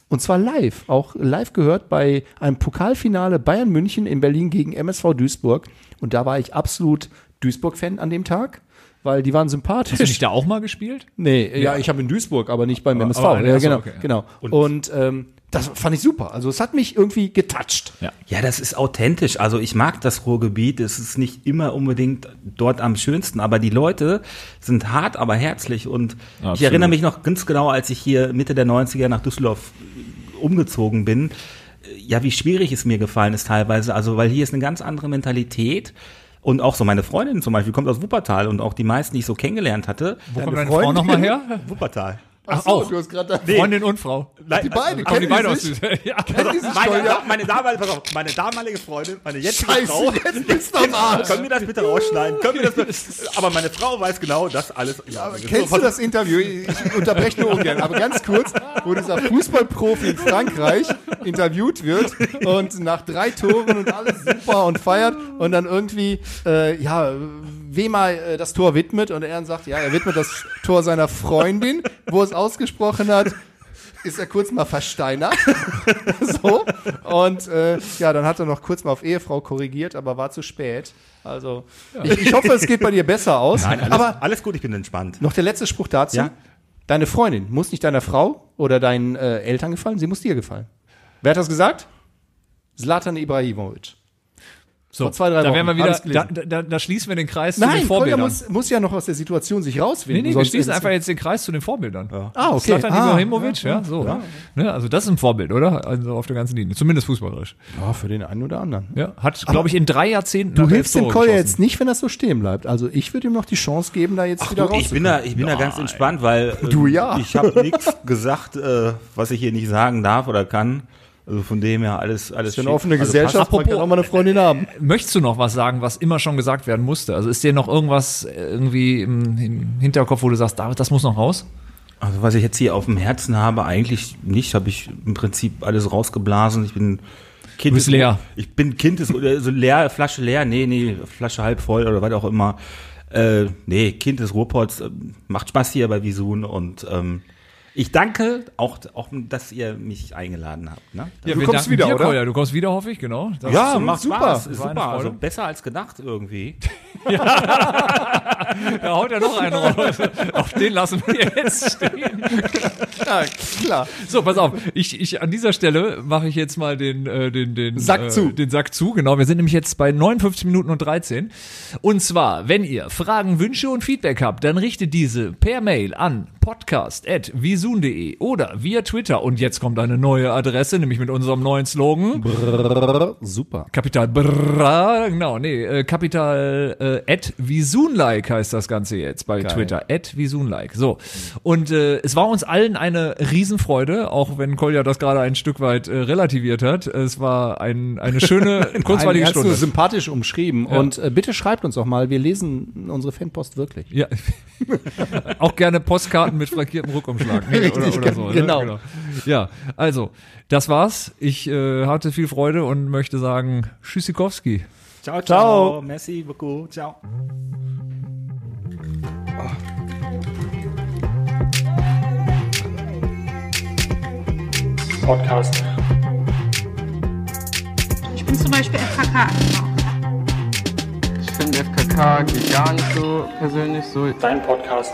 [SPEAKER 2] Und zwar live. Auch live gehört bei einem Pokalfinale Bayern München in Berlin gegen MSV Duisburg. Und da war ich absolut Duisburg-Fan an dem Tag, weil die waren sympathisch.
[SPEAKER 1] Hast du nicht da auch mal gespielt?
[SPEAKER 2] Nee, ja, ich habe in Duisburg, aber nicht beim MSV.
[SPEAKER 1] aber-
[SPEAKER 2] ja,
[SPEAKER 1] achso,
[SPEAKER 2] genau,
[SPEAKER 1] okay.
[SPEAKER 2] genau. Und, ähm, das fand ich super. Also es hat mich irgendwie getatscht.
[SPEAKER 3] Ja, das ist authentisch. Also ich mag das Ruhrgebiet. Es ist nicht immer unbedingt dort am schönsten, aber die Leute sind hart, aber herzlich. Und ich erinnere mich noch ganz genau, als ich hier Mitte der 90er nach Düsseldorf äh, umgezogen bin, Äh, ja, wie schwierig es mir gefallen ist teilweise. Also, weil hier ist eine ganz andere Mentalität. Und auch so meine Freundin zum Beispiel kommt aus Wuppertal und auch die meisten, die ich so kennengelernt hatte.
[SPEAKER 1] Wo kommt deine Frau nochmal her?
[SPEAKER 3] Wuppertal.
[SPEAKER 2] Ach,
[SPEAKER 1] auch.
[SPEAKER 2] hast gerade
[SPEAKER 1] Freundin und Frau.
[SPEAKER 3] Nein,
[SPEAKER 2] Die beiden
[SPEAKER 1] Kommen die
[SPEAKER 2] kennen
[SPEAKER 1] beide
[SPEAKER 2] die
[SPEAKER 1] aus
[SPEAKER 2] sich.
[SPEAKER 1] ja.
[SPEAKER 3] meine, meine, damalige, pass auf, meine damalige Freundin, meine jetzige Frau,
[SPEAKER 2] Scheiße, jetzt bist du am Arsch.
[SPEAKER 3] Können wir das bitte rausschneiden? Können wir das, aber meine Frau weiß genau, das alles. Ja, das ist
[SPEAKER 2] Kennst
[SPEAKER 3] so-
[SPEAKER 2] du das Interview? Ich unterbreche nur ungern, aber ganz kurz, wo dieser Fußballprofi in Frankreich interviewt wird und nach drei Toren und alles super und feiert und dann irgendwie, äh, ja, wem er äh, das Tor widmet und er dann sagt, ja, er widmet das Tor seiner Freundin, wo er es ausgesprochen hat, ist er kurz mal versteinert. so. Und äh, ja, dann hat er noch kurz mal auf Ehefrau korrigiert, aber war zu spät. Also, ich, ich hoffe, es geht bei dir besser aus.
[SPEAKER 3] Nein, alles,
[SPEAKER 2] aber
[SPEAKER 3] alles gut, ich bin entspannt.
[SPEAKER 2] noch der letzte Spruch dazu.
[SPEAKER 3] Ja.
[SPEAKER 2] Deine Freundin muss nicht deiner Frau oder deinen äh, Eltern gefallen, sie muss dir gefallen. Wer hat das gesagt? Zlatan Ibrahimovic.
[SPEAKER 1] So,
[SPEAKER 2] Vor zwei, drei
[SPEAKER 1] da
[SPEAKER 2] Wochen.
[SPEAKER 1] wären wir wieder,
[SPEAKER 2] Hab's
[SPEAKER 1] da,
[SPEAKER 2] gelesen.
[SPEAKER 1] da, da, da schließen wir den Kreis zu
[SPEAKER 2] Nein,
[SPEAKER 1] den
[SPEAKER 2] Kolja
[SPEAKER 1] Vorbildern.
[SPEAKER 2] muss, muss ja noch aus der Situation sich
[SPEAKER 1] nee,
[SPEAKER 2] rausfinden.
[SPEAKER 1] nee, wir
[SPEAKER 2] sonst
[SPEAKER 1] schließen
[SPEAKER 2] ist es-
[SPEAKER 1] einfach jetzt den Kreis zu den Vorbildern.
[SPEAKER 2] Ah, okay.
[SPEAKER 1] Zlatan
[SPEAKER 2] Ah,
[SPEAKER 1] Ibrahimovic, ja, so. Ne, also das ist ein Vorbild, oder? Also auf der ganzen Linie, zumindest fußballerisch.
[SPEAKER 2] Ja, für den einen oder anderen.
[SPEAKER 1] Ja, hat, glaube ich, in drei Jahrzehnten
[SPEAKER 2] Du
[SPEAKER 1] hat er
[SPEAKER 2] hilfst
[SPEAKER 1] jetzt
[SPEAKER 2] dem
[SPEAKER 1] Tore
[SPEAKER 2] Kolja
[SPEAKER 1] geschossen.
[SPEAKER 2] jetzt nicht, wenn das so stehen bleibt. Also ich würde ihm noch die Chance geben, da jetzt wieder
[SPEAKER 3] Du, ich bin
[SPEAKER 2] rauszukommen.
[SPEAKER 3] da, ich bin da ganz entspannt, weil ähm,
[SPEAKER 2] Du ja.
[SPEAKER 3] ich habe nichts gesagt, äh, was ich hier nicht sagen darf oder kann. Also von dem her alles, alles
[SPEAKER 2] Für eine
[SPEAKER 3] schick.
[SPEAKER 2] offene
[SPEAKER 3] Also
[SPEAKER 2] Gesellschaft,
[SPEAKER 3] passt-
[SPEAKER 2] man kann auch mal eine Freundin haben.
[SPEAKER 11] Möchtest du noch was sagen, was immer schon gesagt werden musste? Also ist dir noch irgendwas äh, irgendwie im, im Hinterkopf, wo du sagst, David, das muss noch raus?
[SPEAKER 3] Also was ich jetzt hier auf dem Herzen habe, eigentlich nicht, habe ich im Prinzip alles rausgeblasen. Ich bin Kind
[SPEAKER 11] Du bist
[SPEAKER 3] ist-
[SPEAKER 11] leer.
[SPEAKER 3] Ich bin Kind ist so leer, Flasche leer, nee, nee, Flasche halb voll oder was auch immer. Äh, nee, Kind des Ruhrpots, ähm, macht Spaß hier bei Visun und ähm, ich danke auch, auch, dass ihr mich eingeladen habt. Ne?
[SPEAKER 11] Ja,
[SPEAKER 2] wir kommst danken wieder, dir, oder? Kolja.
[SPEAKER 11] Du kommst wieder, hoffe ich, genau.
[SPEAKER 3] Ja,
[SPEAKER 2] absolut
[SPEAKER 3] macht
[SPEAKER 2] super.
[SPEAKER 3] Spaß, ist
[SPEAKER 11] War eine
[SPEAKER 3] super.
[SPEAKER 11] Freude.
[SPEAKER 3] Also besser als gedacht irgendwie.
[SPEAKER 11] da haut ja noch einen raus. Auf Genau. den lassen wir jetzt stehen.
[SPEAKER 2] Ja, klar.
[SPEAKER 11] So, pass auf. Ich, ich, an dieser Stelle mache ich jetzt mal den, äh, den, den
[SPEAKER 2] Sack
[SPEAKER 11] äh,
[SPEAKER 2] zu.
[SPEAKER 11] Den Sack zu, genau. Wir sind nämlich jetzt bei 59 Minuten und 13. Und zwar, wenn ihr Fragen, Wünsche und Feedback habt, dann richtet diese per Mail an podcast.visun.de oder via Twitter. Und jetzt kommt eine neue Adresse, nämlich mit unserem neuen Slogan.
[SPEAKER 2] Super.
[SPEAKER 11] Kapital Bra, genau, nee, äh, Kapital äh, at Visunlike heißt das Ganze jetzt bei Twitter. At Visunlike. So. Und äh, es war uns allen eine Riesenfreude, auch wenn Kolja das gerade ein Stück weit äh, relativiert hat. Es war ein, eine schöne,
[SPEAKER 2] Kurzweilige
[SPEAKER 11] kurzweilige Stunde.
[SPEAKER 2] sympathisch umschrieben. Und äh, bitte schreibt uns auch mal, wir lesen unsere Fanpost wirklich.
[SPEAKER 11] Ja. auch gerne Postkarten mit frankiertem Rückumschlag. Nee,
[SPEAKER 2] Richtig,
[SPEAKER 11] ne?
[SPEAKER 2] genau.
[SPEAKER 11] Ja, also, das war's. Ich äh, hatte viel Freude und möchte sagen, Tschüssikowski.
[SPEAKER 3] Ciao, ciao. Merci beaucoup. Ciao.
[SPEAKER 4] Podcast.
[SPEAKER 5] Ich bin zum Beispiel FKK.
[SPEAKER 6] Ich finde FKK geht gar nicht so persönlich so.
[SPEAKER 4] Dein Podcast.